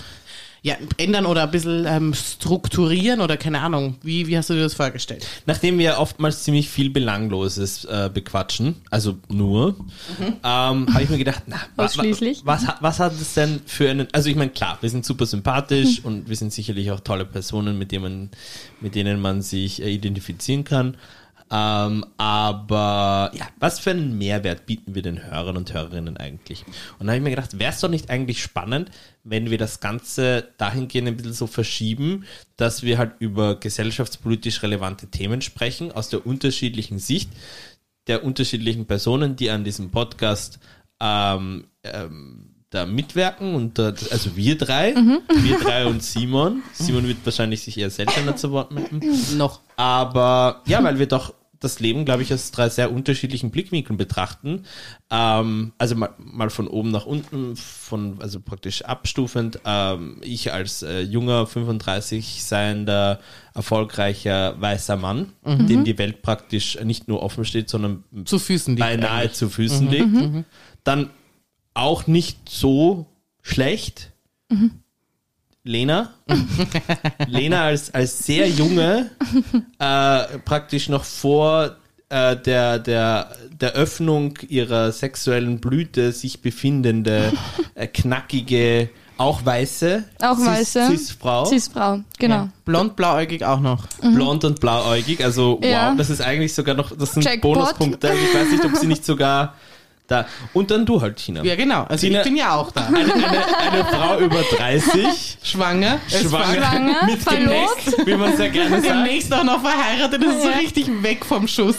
S1: Ja, ändern oder ein bisschen ähm, strukturieren oder keine Ahnung. Wie, wie hast du dir das vorgestellt?
S3: Nachdem wir oftmals ziemlich viel Belangloses äh, bequatschen, also nur, ähm, habe ich mir gedacht, na, wa- wa-
S2: Ausschließlich.
S3: was, hat- was hat es denn für einen, also ich meine, klar, wir sind super sympathisch und wir sind sicherlich auch tolle Personen, mit denen man, mit denen man sich äh, identifizieren kann. Ähm, aber ja, was für einen Mehrwert bieten wir den Hörern und Hörerinnen eigentlich? Und da habe ich mir gedacht, wäre es doch nicht eigentlich spannend, wenn wir das Ganze dahingehend ein bisschen so verschieben, dass wir halt über gesellschaftspolitisch relevante Themen sprechen, aus der unterschiedlichen Sicht der unterschiedlichen Personen, die an diesem Podcast ähm, ähm, da mitwirken und da, also wir drei, wir drei und Simon. Simon wird wahrscheinlich sich eher seltener zu Wort melden.
S1: Noch.
S3: Aber ja, weil wir doch das Leben, glaube ich, aus drei sehr unterschiedlichen Blickwinkeln betrachten. Ähm, also mal, mal von oben nach unten, von, also praktisch abstufend. Ähm, ich als äh, junger, 35 seiender, erfolgreicher, weißer Mann, dem die Welt praktisch nicht nur offen steht, sondern
S1: Zu Füßen liegt
S3: beinahe
S1: eigentlich.
S3: zu Füßen liegt. Dann auch nicht so schlecht. Lena. Lena als, als sehr junge, äh, praktisch noch vor äh, der, der, der Öffnung ihrer sexuellen Blüte sich befindende, äh, knackige, auch weiße,
S2: Auch
S3: Cis-
S2: weiße.
S3: Cis-Frau,
S2: Cis-Frau, genau.
S1: Blond, blauäugig auch noch.
S3: blond und blauäugig. Also wow,
S2: Mhm. Ja.
S3: das ist eigentlich sogar noch, das sind
S2: Jackpot.
S3: Bonuspunkte. Also ich weiß nicht, ob sie nicht sogar da. Und dann du halt, China.
S1: Ja, genau. Also
S3: Tina-
S1: ich bin ja auch da.
S3: Eine, eine, eine Frau über 30,
S1: Schwanger. es
S3: schwanger,
S2: schwanger,
S3: mit
S2: verlobt.
S3: Gepäck, wie man sehr gerne sagt.
S1: Demnächst auch noch verheiratet, das ist so richtig weg vom Schuss.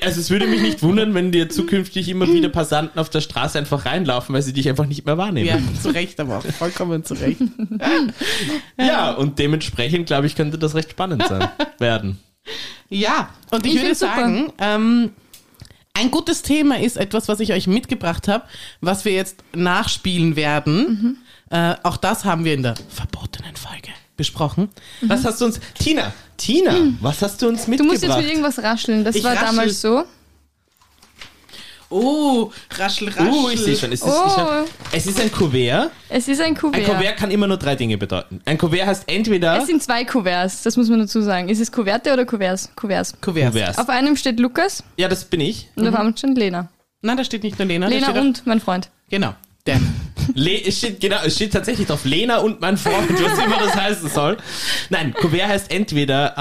S3: Also es würde mich nicht wundern, wenn dir zukünftig immer wieder Passanten auf der Straße einfach reinlaufen, weil sie dich einfach nicht mehr wahrnehmen.
S1: Ja, zu Recht aber auch. Vollkommen zu Recht.
S3: Ja, und dementsprechend, glaube ich, könnte das recht spannend sein werden.
S1: Ja, und ich,
S2: Ich
S1: würde
S2: find's super.
S1: sagen, ähm, ein gutes Thema ist etwas, was ich euch mitgebracht habe, was wir jetzt nachspielen werden. Äh, auch das haben wir in der verbotenen Folge besprochen.
S3: Was hast du uns. Tina! Tina, was hast du uns
S2: Hm. Du musst jetzt
S3: mitgebracht?
S2: mit irgendwas rascheln. Das
S1: Ich
S2: war
S1: raschel.
S2: damals so.
S1: Oh, raschel, raschel.
S3: Oh, ich sehe schon. Es ist,
S2: Oh.
S3: ich hab, es ist ein Kuvert.
S2: Es ist ein Kuvert.
S3: Ein Kuvert kann immer nur drei Dinge bedeuten. Ein Kuvert heißt entweder
S2: Es sind zwei Kuverts, das muss man dazu sagen. Ist es Kuverte oder Kuverts? Kuverts.
S1: Kuvert.
S3: Kuvert.
S2: Auf einem steht Lukas
S3: Ja, das bin ich.
S2: und auf einem steht Lena.
S1: Nein, da steht nicht nur Lena. da
S2: Lena
S1: steht auch,
S2: und mein Freund.
S1: Genau. Dan.
S3: Le es, steht, genau, es steht tatsächlich drauf Lena und mein Freund, was immer das heißen soll. Nein, Kuvert heißt entweder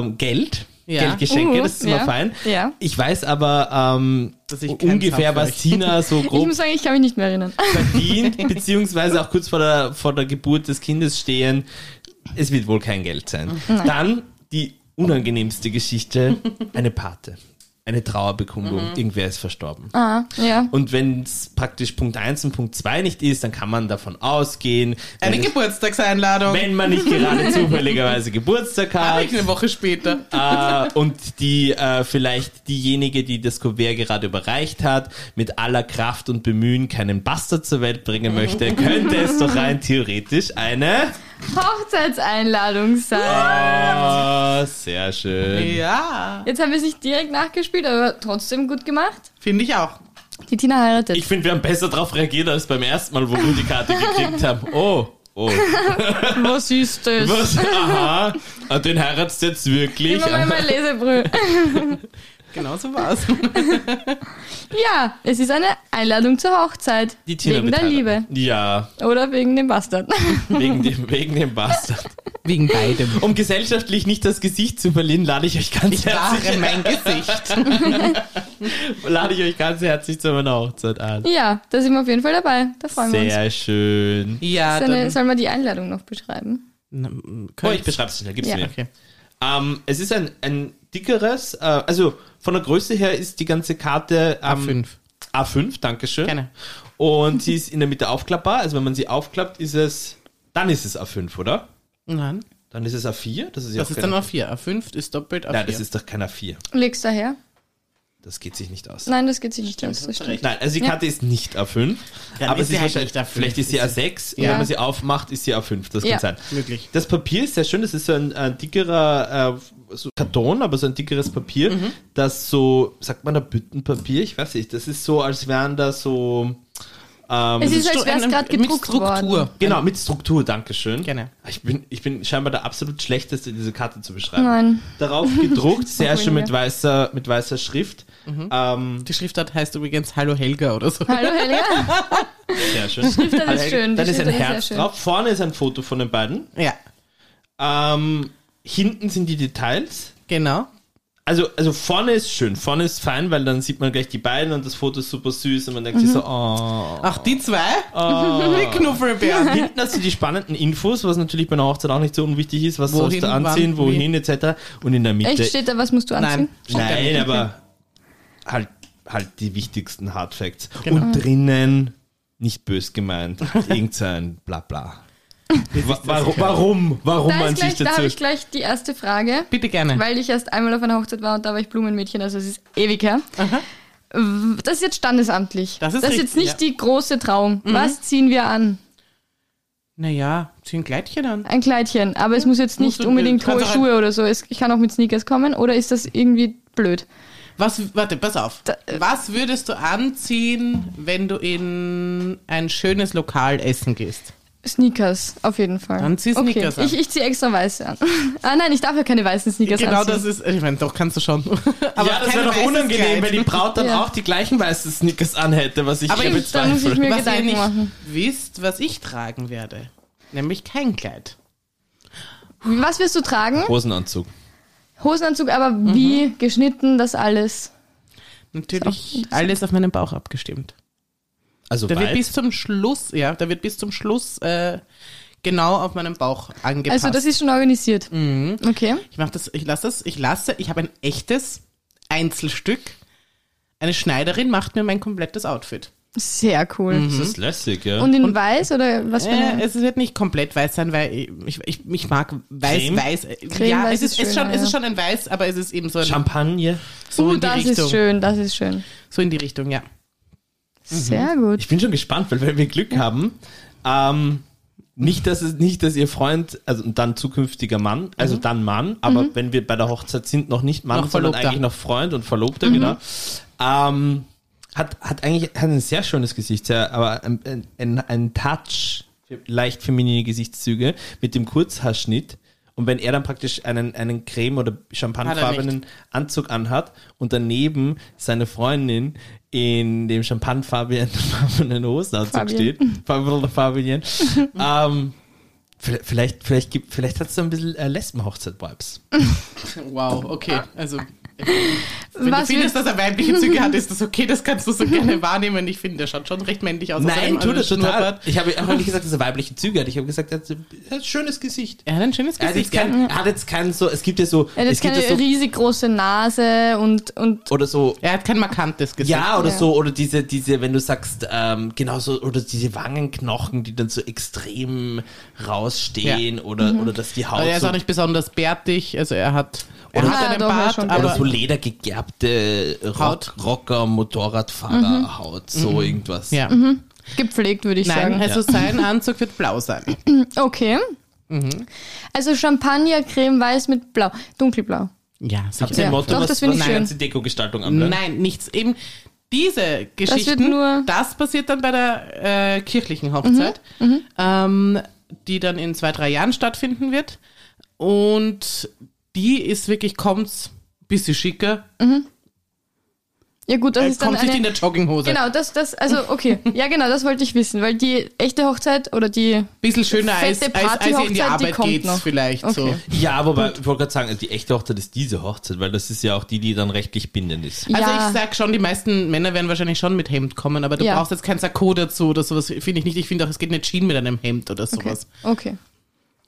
S3: ähm, Geld,
S1: Ja.
S3: Geldgeschenke,
S2: Uh,
S3: das ist immer
S2: ja.
S3: fein.
S2: Ja.
S3: Ich weiß aber ähm,
S1: Dass ich keins
S3: ungefähr,
S1: hab
S3: was
S1: vielleicht.
S3: Tina so
S2: Ich
S3: grob
S2: muss sagen, ich kann mich nicht mehr erinnern.
S3: verdient, beziehungsweise auch kurz vor der, vor der Geburt des Kindes stehen. Es wird wohl kein Geld sein. Dann die unangenehmste Geschichte, eine Pate. eine Trauerbekundung,
S1: Mhm.
S3: irgendwer ist verstorben.
S2: Ah, ja.
S3: Und wenn es praktisch Punkt 1 und Punkt 2 nicht ist, dann kann man davon ausgehen,
S1: Eine
S3: wenn, es,
S1: Geburtstagseinladung.
S3: wenn man nicht gerade zufälligerweise Geburtstag
S1: Habe
S3: hat
S1: ich eine Woche später.
S3: äh, und die äh, vielleicht diejenige, die das Kuvert gerade überreicht hat, mit aller Kraft und Bemühen keinen Bastard zur Welt bringen möchte, könnte es doch rein theoretisch eine...
S2: Hochzeitseinladung sein.
S3: Oh, sehr schön.
S1: Ja,
S2: Jetzt haben wir es nicht direkt nachgespielt, aber trotzdem gut gemacht.
S1: finde ich auch.
S2: Die Tina heiratet.
S3: Ich finde, wir haben besser darauf reagiert als beim ersten Mal, wo wir die Karte gekriegt haben. Oh, oh.
S2: was ist das?
S3: Was? Aha. Ah, Den heiratst du jetzt wirklich?
S2: Immer mal mein Lesebrüll.
S1: Genau so war es.
S2: Ja, es ist eine Einladung zur Hochzeit.
S3: Die Tina
S2: wegen
S3: wird
S2: der Liebe.
S3: heiraten. Ja,
S2: Oder wegen dem Bastard.
S3: wegen dem, wegen dem Bastard.
S1: Wegen beidem.
S3: Um gesellschaftlich nicht das Gesicht zu verlieren, lade ich euch ganz
S1: Ich wahre
S3: herzlich
S1: mein Gesicht.
S3: lade ich euch ganz herzlich zu meiner Hochzeit ein.
S2: ja, da sind wir auf jeden Fall dabei. Da freuen wir uns.
S3: Sehr schön.
S1: Ja,
S2: Seine,
S1: dann.
S2: sollen wir die Einladung noch beschreiben?
S1: Na, m,
S3: Oh,
S1: kann
S3: ich beschreibe es schnell, gib's
S2: Ja.
S3: mir.
S1: Okay.
S3: Ähm, es ist ein, ein dickeres, äh, also von der Größe her ist die ganze Karte ähm,
S1: A5.
S3: A5, Dankeschön.
S1: Gerne.
S3: Und sie ist in der Mitte aufklappbar, also wenn man sie aufklappt, ist es, dann ist es A5, oder?
S1: Nein.
S3: Dann ist es A4, das ist ja
S1: Das
S3: auch
S1: ist
S3: kein-
S1: dann A4. A5 ist doppelt A4.
S3: Nein, das ist doch kein A4.
S2: Leg's daher.
S3: Das geht sich nicht aus.
S2: Nein, das geht sich nicht aus. Das stimmt.
S3: Nein, also die Karte ist nicht A5,
S1: Dann
S3: aber
S1: ist
S3: sie
S1: sie
S3: ist
S1: halt
S3: wahrscheinlich,
S1: nicht A5.
S3: vielleicht ist sie
S1: Ist
S3: A6 und
S2: Ja.
S3: wenn man sie aufmacht, ist sie A5, das
S2: Ja.
S3: kann sein.
S1: Möglich.
S3: Das Papier ist sehr schön, das ist so ein, äh, dickerer äh, so Karton, aber so ein dickeres Papier,
S2: Mhm.
S3: das so, sagt man da Büttenpapier? Ich weiß nicht, das ist so, als wären da so, ähm,
S2: Es ist,
S1: So
S2: als wäre es
S1: eine-
S2: gerade
S1: mit
S2: gedruckt worden.
S3: genau, mit Struktur, Dankeschön.
S1: Gerne.
S3: Ich bin, ich bin scheinbar der absolut Schlechteste, diese Karte zu beschreiben.
S2: Nein.
S3: Darauf gedruckt, sehr
S2: Noch
S3: schön mit
S2: weniger.
S3: weißer, mit weißer Schrift. Ähm,
S1: Die Schriftart heißt übrigens Hallo Helga oder so.
S2: Hallo Helga.
S3: sehr schön.
S2: Schriftart ist schön.
S3: Dann
S2: Die
S3: ist ein
S2: Schriftart sehr
S3: Herz
S2: schön.
S3: drauf. Vorne ist ein Foto von den beiden.
S1: Ja,
S3: Ähm, hinten sind die Details.
S1: genau.
S3: Also, also vorne ist schön, vorne ist fein, weil dann sieht man gleich die beiden und das Foto ist super süß und man denkt sich
S2: Mhm.
S3: so, oh.
S1: Ach, die zwei? Die Knuffelbären.
S3: Hinten hast du die spannenden Infos, was natürlich bei einer Hochzeit auch nicht so unwichtig ist, was
S1: Wohin,
S3: sollst du anziehen,
S1: wann, wie?
S3: wohin etc. Und in der Mitte.
S2: Echt, steht da, was musst du anziehen?
S1: Nein.
S3: Nein, aber halt, halt die wichtigsten Hard Facts.
S1: Genau.
S3: Und drinnen, nicht bös gemeint, halt irgendein Blabla. Wa warum, warum, warum
S2: Da,
S3: man
S2: ist
S3: Um
S2: gleich,
S3: sich
S2: da habe ich
S3: dazu...
S2: gleich die erste Frage,
S1: Bitte gerne.
S2: weil ich erst einmal auf einer Hochzeit war und da war ich Blumenmädchen, also es ist ewig her. W- Das ist jetzt standesamtlich.
S1: Das ist Mhm.
S2: jetzt
S1: richtig,
S2: nicht die große Trauung. Was ziehen wir an?
S1: naja, zieh ein Kleidchen an.
S2: Ein Kleidchen, aber es muss jetzt nicht
S1: du-
S2: unbedingt
S1: kannst
S2: hohe
S1: auch ein-
S2: Schuhe oder so. Es- Ich kann auch mit Sneakers kommen oder ist das irgendwie blöd?
S1: Was, warte, pass auf.
S2: Da- äh.
S1: Was würdest du anziehen, wenn du in ein schönes Lokal essen gehst?
S2: Sneakers, auf jeden Fall.
S1: Dann zieh Sneakers an.
S2: okay. Ich, ich ziehe extra weiße an. ah nein, ich darf ja keine weißen Sneakers
S1: genau
S2: anziehen.
S1: das ist, ich meine, doch kannst du schon.
S3: ja, das
S1: kein
S3: wäre doch
S1: weißes
S3: unangenehm,
S1: Kleid.
S3: wenn die Braut dann
S2: Ja.
S3: auch die gleichen weißen Sneakers anhätte, was ich
S1: Aber
S3: hier
S1: ich-
S2: da muss ich
S3: bezweifle.
S2: mir-
S1: was ihr
S2: Gedanken
S1: nicht
S2: machen.
S1: wisst, was ich tragen werde. Nämlich kein Kleid.
S2: Was wirst du tragen?
S3: Hosenanzug.
S2: Hosenanzug, aber
S1: Mhm.
S2: wie geschnitten das alles?
S1: Natürlich alles auf meinen Bauch abgestimmt.
S3: Also
S1: Da wird
S3: weit.
S1: bis zum Schluss, ja, da wird bis zum Schluss äh, genau auf meinen Bauch angepasst.
S2: Also das ist schon organisiert.
S1: Mhm.
S2: Okay.
S1: ich mache das, ich lasse das, ich lasse, ich habe ein echtes Einzelstück. Eine Schneiderin macht mir mein komplettes Outfit.
S2: Sehr cool.
S1: Mhm.
S3: Das ist lässig, ja.
S2: Und in weiß oder was für
S3: Genau.
S1: Äh,
S2: eine?
S1: es wird nicht komplett weiß sein, weil ich, ich, ich mag weiß,
S3: Creme?
S1: weiß. äh,
S2: Creme,
S1: ja,
S2: weiß
S1: es ist,
S2: ist
S1: es
S2: schöner,
S1: schon, es ist
S2: ja.
S1: schon ein weiß, aber es ist eben so, ein,
S3: Champagne.
S1: so
S2: uh,
S1: in die
S2: das
S1: Richtung. Mhm.
S2: ist schön, das ist schön.
S1: So in die Richtung, ja.
S2: Sehr gut.
S3: Ich bin schon gespannt, weil wenn wir Glück haben, ähm, nicht, dass es, nicht, dass ihr Freund, also und dann zukünftiger Mann, also dann Mann, aber wenn wir bei der Hochzeit sind, noch nicht Mann,
S1: Mhm. Noch
S3: sondern
S1: Verlobter. Mhm.
S3: eigentlich noch Freund und Verlobter, genau. Ähm, hat, hat eigentlich hat ein sehr schönes Gesicht, sehr, aber ein, ein- ein, ein Touch, leicht feminine Gesichtszüge mit dem Kurzhaarschnitt. Und wenn er dann praktisch einen, einen Creme- oder champagnerfarbenen Anzug anhat und daneben seine Freundin in dem champagnerfarbenen Hosenanzug
S2: Fabian.
S3: steht, Fabian, Fabian, ähm, vi- vielleicht, vielleicht, gibt, vielleicht hat es so ein bisschen äh, Lesbenhochzeit-Vibes.
S1: Wow, okay. Also Wenn
S2: Ah. Was
S1: du findest,
S2: wir-
S1: dass er weibliche Züge hat, ist das okay, das kannst du so gerne wahrnehmen. Ich finde, der schaut schon recht männlich aus.
S3: Nein,
S1: Also,
S3: tut das total.
S1: Schnurrbart.
S3: Ich habe auch nicht gesagt, dass er weibliche Züge hat. Ich habe gesagt, er hat ein er hat ein schönes Gesicht.
S1: Er hat ein schönes
S3: Er hat
S1: Gesicht.
S3: jetzt kein, er hat jetzt kein so, es gibt ja
S2: Er
S3: so,
S2: hat
S3: es
S2: jetzt
S3: gibt
S2: keine
S3: ja so,
S2: riesig große Nase und, und
S3: oder so,
S1: er hat kein markantes Gesicht.
S3: ja, oder
S2: Ja.
S3: so, oder diese, diese, wenn du sagst, ähm, genau so, oder diese Wangenknochen, die dann so extrem rausstehen, oder,
S2: Mhm.
S3: oder dass die Haut
S1: Aber er ist
S3: so,
S1: auch nicht besonders bärtig. Also er hat, er
S3: Oder-
S1: hat
S2: Ah,
S1: einen
S2: doch, ja,
S1: Bart,
S2: schon.
S3: oder
S1: aber
S3: so ledergegerbte Rock, Rocker, Motorradfahrer, Haut, so
S2: Mhm.
S3: irgendwas.
S1: ja.
S2: gepflegt, würde ich
S1: Nein,
S2: sagen.
S1: also sein Anzug wird blau sein.
S2: Okay.
S1: Mhm.
S2: Also Champagner, Creme Weiß mit Blau, dunkelblau.
S1: Ja,
S3: Habt ihr
S1: sicher.
S3: ein
S2: Ja,
S3: Motto,
S2: doch,
S3: was,
S2: das
S3: was
S2: finde ich
S3: die
S2: schön.
S3: ganze Dekogestaltung anbelangt?
S1: Nein, nichts. Eben diese Geschichten, das,
S2: nur-
S1: passiert dann bei der äh, kirchlichen Hochzeit,
S2: Mhm,
S1: Ähm, die dann in zwei, drei Jahren stattfinden wird. Und die ist wirklich, kommt's bisschen schicker,
S2: Ja gut, das
S1: äh,
S2: ist dann
S1: kommt nicht
S2: eine...
S1: in der Jogginghose.
S2: genau, das, das, also okay. Ja genau, das wollte ich wissen, weil die echte Hochzeit oder die...
S1: Bisschen schöner als,
S2: Fette
S1: als, als ihr in die
S2: Partyhochzeit, die
S1: Arbeit
S2: kommt
S1: geht's
S2: noch.
S1: vielleicht so.
S2: Okay.
S3: Ja, aber ich wollte gerade sagen, die echte Hochzeit ist diese Hochzeit, weil das ist ja auch die, die dann rechtlich bindend ist.
S1: Also
S2: ja.
S1: ich sag schon, die meisten Männer werden wahrscheinlich schon mit Hemd kommen, aber du
S2: Ja.
S1: brauchst jetzt kein Sakko dazu oder sowas, finde ich nicht. Ich finde auch, es geht nicht schienen mit einem Hemd oder
S2: okay.
S1: sowas.
S2: okay.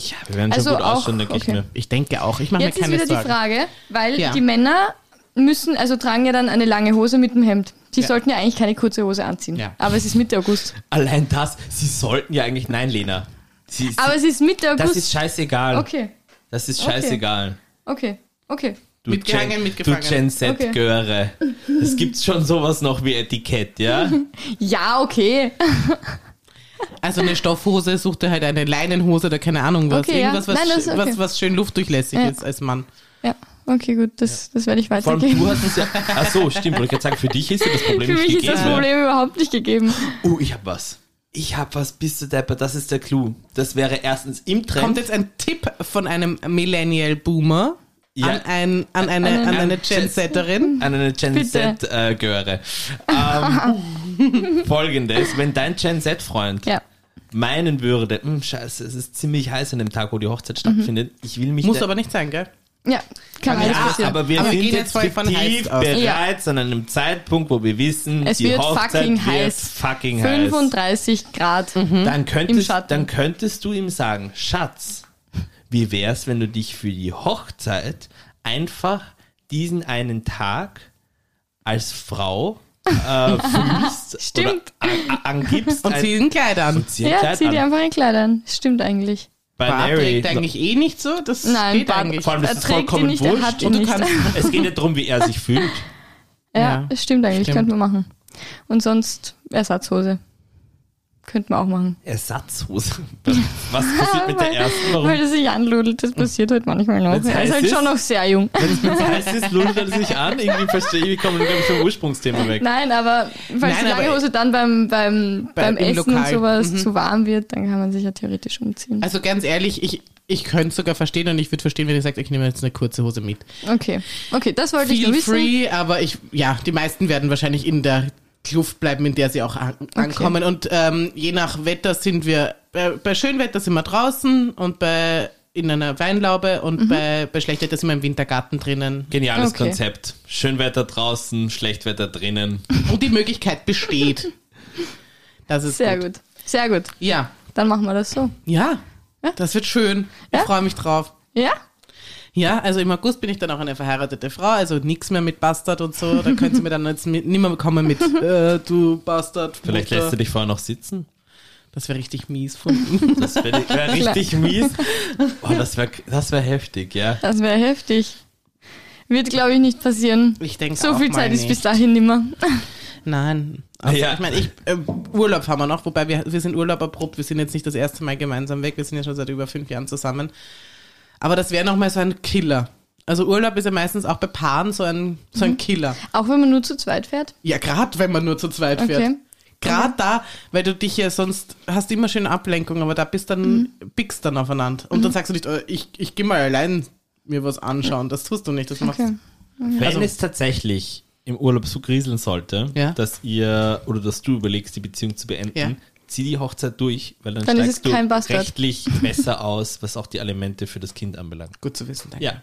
S3: Ja, wir werden
S2: Also
S3: schon gut
S2: auch-
S3: ausschauen, denke ich
S2: okay.
S3: mir.
S1: Ich denke auch, ich mache mir
S2: Jetzt ist
S1: keine
S2: wieder
S1: Sorgen.
S2: die Frage, weil
S1: Ja.
S2: die Männer müssen, also tragen ja dann eine lange Hose mit dem Hemd. Die sollten ja eigentlich keine kurze Hose anziehen.
S1: Ja.
S2: Aber es ist Mitte August.
S3: Allein das, sie sollten ja eigentlich, nein, Lena. Sie, sie,
S2: Aber es ist Mitte August.
S3: das ist scheißegal.
S2: okay,
S3: Das ist
S2: Okay.
S3: scheißegal.
S2: okay, okay.
S3: Du
S1: Mitgehangen,
S3: Gen,
S1: mitgefangen.
S3: Du Gen Z
S2: Okay.
S3: Göre. Es gibt schon sowas noch wie Etikett, ja?
S2: Ja, okay.
S1: Also eine Stoffhose sucht er halt eine Leinenhose oder keine Ahnung was.
S2: Okay, ja.
S1: Irgendwas, was,
S2: Nein, das ist
S1: schön-
S2: okay.
S1: was, was schön luftdurchlässig
S2: Ja.
S1: ist als Mann.
S2: Ja, okay, gut, das, das werde ich
S3: Vor allem du
S2: weitergeben.
S3: hast es ja. Ach so, stimmt. Wollte ich gerade sagen, für dich ist ja das Problem
S2: Für
S3: nicht
S2: mich ist
S3: gegeben.
S2: das
S3: ja.
S2: Problem überhaupt nicht gegeben.
S3: Oh, ich hab was. Ich hab was bis zu Depper. Das ist der Clou. Das wäre erstens im Trend.
S1: Kommt jetzt ein Tipp von einem Millennial Boomer
S3: Ja.
S1: an, ein, an eine, an
S3: An
S1: eine
S3: Gen-
S1: Gen Setterin?
S3: an eine Gen
S2: Bitte.
S3: Z-Göre. ähm, Folgendes, wenn dein Gen Z-Freund
S2: Ja.
S3: meinen würde, "Hm, scheiße, es ist ziemlich heiß an dem Tag, wo die
S2: Mhm.
S3: Hochzeit stattfindet, ich will mich...
S1: Muss
S3: da-
S1: aber nicht sein, gell?
S2: Ja, kann alles
S3: ja,
S2: passieren.
S3: aber wir
S1: Aber wir
S3: sind
S1: gehen jetzt
S3: jetzt
S1: voll von
S3: fiktiv
S1: heiß aus.
S3: bereits an einem Zeitpunkt, wo wir wissen,
S2: es
S3: die
S2: wird
S3: Hochzeit
S2: fucking
S3: wird
S2: heiß.
S3: fucking heiß. Hm?
S2: 35 Grad.
S3: Dann
S2: Im
S3: könntest,
S2: Schatten.
S3: dann könntest du ihm sagen, Schatz, wie wär's, wenn du dich für die Hochzeit einfach diesen einen Tag als Frau äh, fühlst
S2: Stimmt.
S3: oder a- a- angibst
S1: Und
S3: ein-
S1: zieh ein Kleid an.
S3: und zieh ein
S2: Ja,
S3: Kleid
S2: zieh dir
S3: an.
S2: einfach ein Kleid an. Stimmt eigentlich.
S3: Bei
S1: Bart
S3: Mary.
S1: trägt eigentlich eh nicht so. Das
S2: Nein,
S1: geht
S2: Bart-
S1: eigentlich.
S3: Vor allem ist
S2: Er
S3: es
S2: trägt ihn
S3: vollkommen
S2: nicht, er
S3: wurscht.
S2: hat ihn
S3: und du
S2: nicht.
S3: kannst, es geht ja darum, wie er sich fühlt.
S1: Ja,
S2: Ja, das stimmt eigentlich,
S1: stimmt.
S2: könnte man machen. Und sonst Ersatzhose. Könnte man auch machen.
S3: Ersatzhose. Was passiert mit der
S2: Weil-
S3: ersten?
S2: Weil
S3: Warum?
S2: das sich anludelt,
S1: Hm.
S2: das passiert halt manchmal noch.
S3: Wenn's
S2: Er ist
S3: heiß
S2: halt
S3: ist?
S2: schon noch sehr jung.
S3: Wenn es heiß ist, lullt er sich an. Irgendwie verstehe ich, wie kommen wir vom Ursprungsthema weg.
S2: Nein, aber falls
S1: Nein,
S2: die lange
S1: aber-
S2: Hose dann beim, beim,
S1: Bei-
S2: beim
S1: im
S2: Essen und
S1: Lokal. Mhm.
S2: sowas zu warm wird, dann kann man sich ja theoretisch umziehen.
S1: Also ganz ehrlich, ich, ich könnte sogar verstehen und ich würde verstehen, wenn ihr sagt, ich nehme jetzt eine kurze Hose mit.
S2: Okay, okay, das wollte ich
S1: Feel
S2: nur wissen.
S1: free, aber ich, ja, die meisten werden wahrscheinlich in der Kluft bleiben, in der sie auch an, ankommen. Und ähm, je nach Wetter sind wir, bei, bei schönem Wetter sind wir draußen und bei in einer Weinlaube und
S2: Mhm.
S1: bei, bei schlechtem Wetter sind wir im Wintergarten drinnen.
S3: Geniales
S2: Okay.
S3: Konzept. Schönwetter draußen, Schlechtwetter drinnen.
S1: Und die Möglichkeit besteht. Das ist
S2: Sehr
S1: gut.
S2: gut. sehr gut.
S1: Ja.
S2: Dann machen wir das so.
S1: ja, das wird schön. Ich
S2: Ja?
S1: freue mich drauf.
S2: Ja?
S1: Ja, also im August bin ich dann auch eine verheiratete Frau, also nichts mehr mit Bastard und so. Da können sie mir dann jetzt mit- nimmer kommen mit, äh, du Bastard.
S3: Vielleicht lässt du dich vorher noch sitzen.
S1: Das wäre richtig mies von
S3: Das wäre wär richtig mies. Oh, das wäre das wär heftig, ja.
S2: Das wäre heftig. Wird, glaube ich, nicht passieren.
S1: Ich denke
S2: So
S1: auch
S2: viel
S1: mal
S2: Zeit
S1: nicht.
S2: ist bis dahin nimmer.
S1: Nein. Also,
S3: Ja.
S1: Ich meine, ich, äh, Urlaub haben wir noch, wobei wir, wir sind Urlaub erprobt. Wir sind jetzt nicht das erste Mal gemeinsam weg. Wir sind ja schon seit über fünf Jahren zusammen. Aber das wäre nochmal so ein Killer. Also Urlaub ist ja meistens auch bei Paaren so ein, so
S2: Mhm.
S1: ein Killer.
S2: Auch wenn man nur zu zweit fährt.
S1: Ja, gerade wenn man nur zu zweit
S2: Okay. Mhm.
S1: fährt. Gerade da, weil du dich ja sonst hast immer schön Ablenkung, aber da bist
S2: Mhm.
S1: dann, biegst dann aufeinander. Und dann sagst du nicht, oh, ich, ich gehe mal allein mir was anschauen. Das tust du nicht, das machst
S2: Okay.
S3: Wenn
S1: Also-
S3: es tatsächlich im Urlaub so grieseln sollte,
S1: Ja.
S3: dass ihr oder dass du überlegst, die Beziehung zu beenden,
S1: Ja.
S3: zieh die Hochzeit durch, weil dann,
S2: Dann ist es
S3: steigst du
S2: kein Bastard.
S3: rechtlich besser aus, was auch die Alimente für das Kind anbelangt.
S1: Gut zu wissen, danke.
S3: Ja.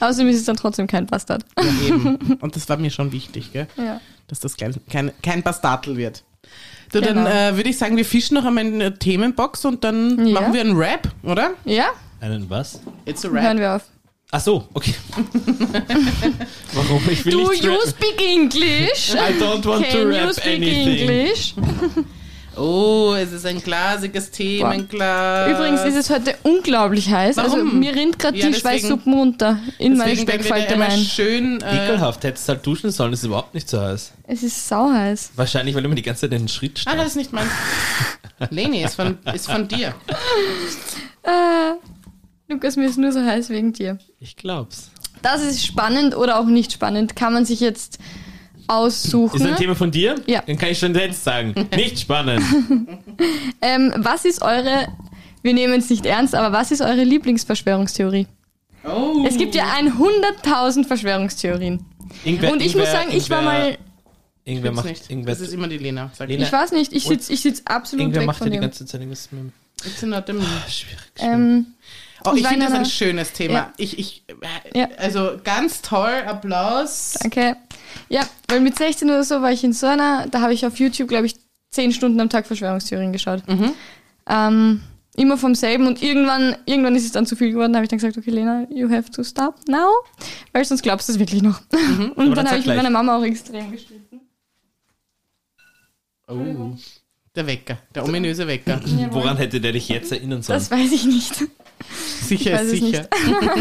S2: Außerdem ist es dann trotzdem kein Bastard.
S1: Ja, eben. Und das war mir schon wichtig, gell?
S2: Ja.
S1: dass das kein, kein, kein Bastardel wird. So,
S2: Genau.
S1: dann äh, würde ich sagen, wir fischen noch einmal in der Themenbox und dann
S2: Ja.
S1: machen wir einen Rap, oder?
S2: Ja?
S3: Einen was?
S1: It's a Rap.
S2: Hören wir auf.
S3: Ach so, okay. Warum? Ich will
S2: Do
S3: nicht
S2: you speak English?
S3: I don't want to
S2: Can you
S3: rap
S2: speak
S3: anything.
S2: English?
S1: Oh, es ist ein glasiges Themenglas.
S2: Übrigens ist es heute unglaublich heiß. Also
S1: Warum?
S2: mir rinnt gerade
S1: Ja,
S2: die
S1: deswegen-
S2: Schweißsuppen runter in meine
S1: Deswegen denken wir da
S2: Speckfalte
S1: immer
S2: rein.
S1: schön. Äh,
S3: Ekelhaft, hättest halt duschen sollen, ist überhaupt nicht so heiß.
S2: Es ist sauheiß.
S3: Wahrscheinlich, weil du mir die ganze Zeit den Schritt
S1: ah, das
S3: starrst.
S1: ist nicht mein. Leni, ist von, ist von dir.
S2: Äh, Lukas, mir ist nur so heiß wegen dir.
S3: Ich glaub's.
S2: Das ist spannend oder auch nicht spannend. Kann man sich jetzt
S3: Ist das
S2: aussuchen.
S3: ein Thema von dir?
S2: Mhm. Ja.
S3: Dann kann ich schon selbst sagen. Nicht spannend.
S2: Ähm, was ist eure, wir nehmen es nicht ernst, aber was ist eure Lieblingsverschwörungstheorie?
S1: Oh.
S2: Es gibt ja
S3: Uh.
S2: 100.000 Verschwörungstheorien.
S3: Irgendwer-
S2: Und ich muss
S3: irgendwer-
S2: sagen, ich war
S3: irgendwer-
S2: mal,
S3: Irgendwer
S1: Gibt's
S3: macht,
S1: nicht.
S3: Irgendwer,
S1: Das ist immer die Lena. Sag
S3: Lena.
S1: ich.
S2: ich weiß nicht, ich
S3: Und-
S2: sitze ich sitz absolut
S3: irgendwer
S2: weg
S3: macht ja
S2: von
S3: die
S2: dem.
S3: ganze Zeit irgendwas mit dem.
S1: It's not a
S3: Ah, Schwierig.
S2: Ähm,
S1: Oh,
S2: Ich
S1: ich
S2: war in
S1: finde das
S2: einer-
S1: ein schönes Thema.
S2: Ja.
S1: Ich, ich,
S2: Ja.
S1: Also ganz toll, Applaus.
S2: okay. Ja, weil mit 16 oder so war ich in so einer, da habe ich auf YouTube, glaube ich, 10 Stunden am Tag Verschwörungstheorien geschaut. Ähm, immer vom selben und irgendwann, irgendwann ist es dann zu viel geworden, da habe ich dann gesagt, okay, Lena, you have to stop now, weil sonst glaubst du es wirklich noch. Und
S3: Aber
S2: dann
S3: dann sag
S2: habe ich mit
S3: gleich.
S2: meiner Mama auch extrem gestritten.
S1: Oh. Der Wecker, der ominöse Wecker.
S3: Woran hätte der dich jetzt erinnern sollen?
S2: Das weiß ich nicht.
S1: Sicher
S2: weiß
S1: ist
S2: es
S1: sicher.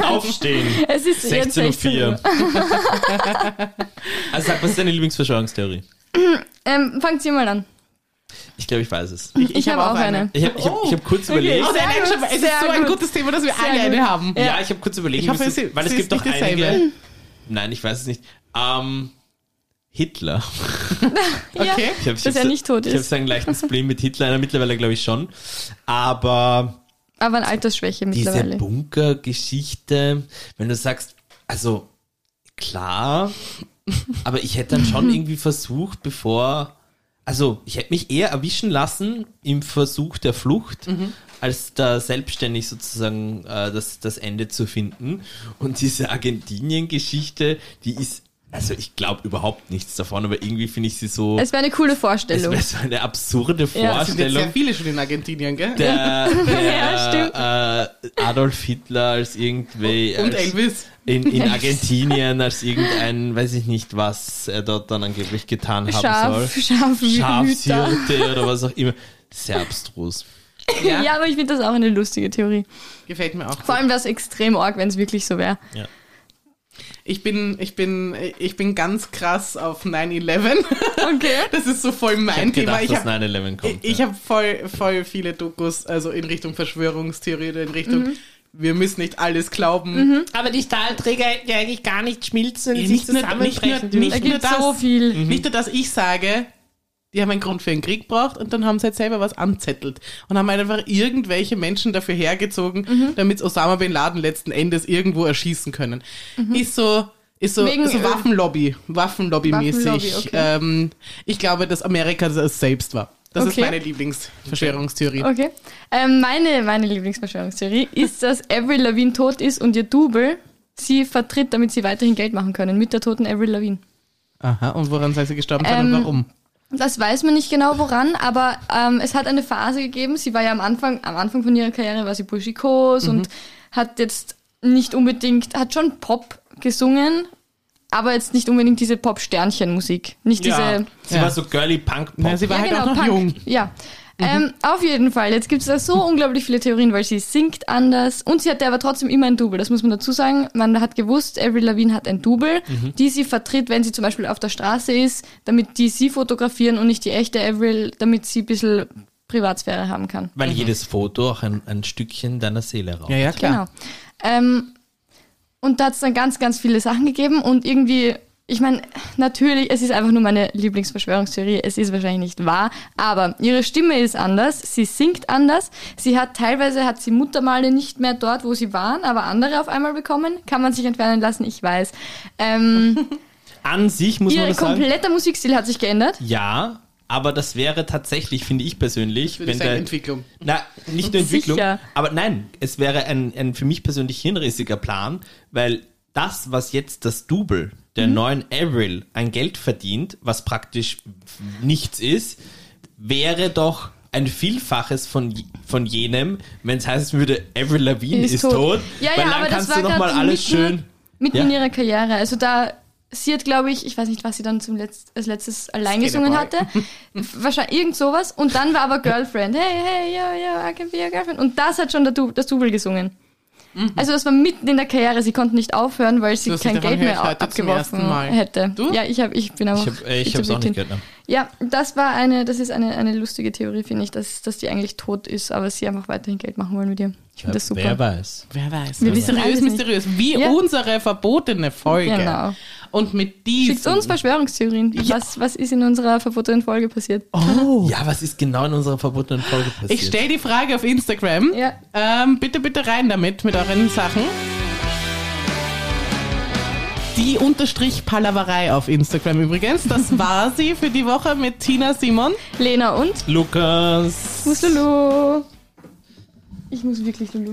S3: Aufstehen.
S2: Es ist jetzt 16 Uhr.
S3: 16.04 Also sag, was ist deine Lieblingsverschwörungstheorie?
S2: Ähm, fangt sie mal an.
S3: Ich glaube, ich weiß es.
S2: Ich, habe auch eine.
S3: Ich habe ich hab,
S1: Oh.
S3: ich hab kurz überlegt.
S1: Oh,
S2: Sehr
S1: der Alex
S2: gut,
S1: schon- es
S2: sehr
S1: ist so ein
S2: gut.
S1: gutes Thema, dass wir
S2: Sehr
S1: alle eine
S2: gut.
S1: haben.
S3: Ja, ich habe kurz überlegt,
S1: Ich hoffe,
S3: müsste-
S1: sie-
S3: weil es
S1: sie
S3: gibt
S1: ist
S3: doch
S1: nicht ne? dasselbe.
S3: einige. Nein, ich weiß es nicht. Ähm, Hitler.
S1: Okay.
S3: Ich hab,
S2: Dass er nicht tot
S3: ich habe
S2: ist.
S3: einen leichten Spleen mit Hitler, einer mittlerweile glaube ich schon. Aber
S2: Ja. Aber eine Altersschwäche
S3: Diese
S2: mittlerweile.
S3: Bunkergeschichte, wenn du sagst, also klar, aber ich hätte dann schon irgendwie versucht, bevor, also ich hätte mich eher erwischen lassen im Versuch der Flucht, als da selbstständig sozusagen äh, das, das Ende zu finden. Und diese Argentinien-Geschichte, die ist, also ich glaube überhaupt nichts davon, aber irgendwie finde ich sie so, es,
S2: Es wäre eine coole Vorstellung.
S3: wäre so eine absurde
S2: Ja.
S1: Es sind jetzt sehr
S3: Vorstellung
S1: viele schon in Argentinien, gell?
S3: der,
S2: Ja,
S3: der äh, Adolf Hitler als irgendwie
S1: Und
S3: als
S1: Elvis.
S3: In, in Argentinien als irgendein, weiß ich nicht, was er dort dann angeblich getan haben
S2: Scharf,
S3: soll.
S2: scharf, Hüter.
S3: Schafshirte oder was auch immer. Sehr abstrus.
S1: Ja,
S2: Ja, aber ich finde das auch eine lustige Theorie.
S1: gefällt mir auch.
S2: Vor allem wäre es extrem arg, wenn es wirklich so wäre.
S1: Ich bin, ich bin, ich bin ganz krass auf 9-11.
S2: Okay.
S1: Das ist so voll
S3: Ich
S1: mein
S3: hab
S1: Thema.
S3: gedacht,
S1: Ich
S3: dass
S1: habe
S3: 9-11 kommt.
S1: ich
S3: ja.
S1: hab voll, voll viele Dokus, also in Richtung Verschwörungstheorie oder in Richtung,
S2: Mhm.
S1: wir müssen nicht alles glauben.
S5: Aber die Stahlträger hätten ja eigentlich gar nicht schmilzen und
S1: Ja,
S5: sich
S1: nicht nur- nicht nur-
S5: zusammenbrechen
S1: nicht-
S2: Da
S1: nur
S2: gibt es
S1: das. Mhm.
S2: so viel.
S1: Nicht nur, dass ich sage, die haben einen Grund für einen Krieg braucht und dann haben sie halt selber was anzettelt und haben halt einfach irgendwelche Menschen dafür hergezogen,
S2: Mhm.
S1: damit Osama bin Laden letzten Endes irgendwo erschießen können. Ist so ist so,
S2: Mhm. Wegen,
S1: ist so
S2: äh,
S1: Waffenlobby, Waffenlobby-mäßig.
S2: Waffenlobby, okay.
S1: ähm, ich glaube, dass Amerika das selbst war. Das ist
S2: Okay.
S1: meine Lieblingsverschwörungstheorie.
S2: Okay. Ähm, meine, meine Lieblingsverschwörungstheorie ist, dass Avril Lavigne tot ist und ihr Double sie vertritt, damit sie weiterhin Geld machen können mit der toten Avril Lavigne.
S1: Aha, und woran sei sie gestorben sein und
S2: Ähm,
S1: warum?
S2: Das weiß man nicht genau woran, aber ähm, es hat eine Phase gegeben. Sie war ja am Anfang, am Anfang von ihrer Karriere war sie buschikos und hat jetzt nicht unbedingt, hat schon Pop gesungen, aber jetzt nicht unbedingt diese Pop-Sternchen-Musik. Nicht
S3: ja,
S2: diese.
S3: sie
S1: Ja.
S3: war so girly punk
S1: Na, sie war halt auch noch
S2: genau, Punk.
S1: jung. Mhm.
S2: Ja. Ähm, auf jeden Fall. Jetzt gibt es da so unglaublich viele Theorien, weil sie singt anders und sie hatte aber trotzdem immer ein Double. Das muss man dazu sagen. Man hat gewusst, Avril Lavigne hat ein Double,
S1: Mhm.
S2: die sie vertritt, wenn sie zum Beispiel auf der Straße ist, damit die sie fotografieren und nicht die echte Avril, damit sie ein bisschen Privatsphäre haben kann.
S3: Weil jedes Foto auch ein, ein Stückchen deiner Seele raubt.
S1: Mhm. Ja, ja, klar.
S2: Genau. Ähm, und da hat es dann ganz, ganz viele Sachen gegeben und irgendwie, ich meine, natürlich, es ist einfach nur meine Lieblingsverschwörungstheorie, es ist wahrscheinlich nicht wahr, aber ihre Stimme ist anders, sie singt anders, sie hat teilweise, hat sie Muttermale nicht mehr dort, wo sie waren, aber andere auf einmal bekommen, kann man sich entfernen lassen, ich weiß. Ähm,
S3: An sich muss man
S2: ihr
S3: das sagen.
S2: kompletter Musikstil hat sich geändert.
S3: Ja, aber das wäre tatsächlich, finde ich persönlich,
S1: Würde ich
S3: wenn
S1: sagen,
S3: der,
S1: Entwicklung.
S3: Na, nicht nur Entwicklung,
S2: Sicher.
S3: aber nein, es wäre ein, ein für mich persönlich hirnrissiger Plan, weil das, was jetzt das Double der
S2: Mhm.
S3: neuen Avril an Geld verdient, was praktisch nichts ist, wäre doch ein Vielfaches von, von jenem, wenn es heißen würde, Avril Lavigne ist, tot.
S2: Ja,
S3: weil
S2: ja,
S3: dann
S2: aber das
S3: kannst
S2: war
S3: du nochmal
S2: gerade
S3: alles
S2: mitten,
S3: schön.
S2: mitten
S3: Ja.
S2: in ihrer Karriere. Also da, sie hat, glaube ich, ich weiß nicht, was sie dann zum Letzt, als letztes allein gesungen hatte. Wahrscheinlich irgend sowas. Und dann war aber Girlfriend. Hey, hey, yo, yo, I can be your girlfriend. Und das hat schon der du das Double gesungen.
S3: Mhm.
S2: Also das war mitten in der Karriere. Sie konnten nicht aufhören, weil sie
S1: Das
S2: kein
S1: davon
S2: Geld
S1: höre
S2: mehr
S1: ich heute zum
S2: abgeworfen
S1: ersten Mal.
S2: hätte.
S1: Du?
S2: Ja, ich, hab, ich bin auch...
S3: Ich hab- äh, ich
S2: viel zu
S3: hab's auch
S2: blöd hin.
S3: nicht gehört,
S2: Ja, das war eine, das ist eine, eine lustige Theorie, finde ich, dass, dass die eigentlich tot ist, aber sie einfach weiterhin Geld machen wollen mit ihr. Ich finde das super.
S3: Wer weiß.
S1: Wer weiß.
S2: Wir wissen
S1: mysteriös,
S2: alles nicht.
S1: mysteriös. Wie
S2: Ja.
S1: unsere verbotene Folge.
S2: Genau.
S1: Und mit diesem.
S2: Schickt uns Verschwörungstheorien. Was, was ist in unserer verbotenen Folge passiert? Oh.
S3: Ja, was ist genau in unserer verbotenen Folge passiert?
S1: Ich stelle die Frage auf Instagram.
S2: Ja.
S1: Ähm, bitte, bitte rein damit, mit euren Sachen. Die Unterstrich Palaverei auf Instagram übrigens. Das war sie für die Woche mit Tina Simon.
S2: Lena und
S3: Lukas.
S2: Muss Lulu. Ich muss wirklich Lulu.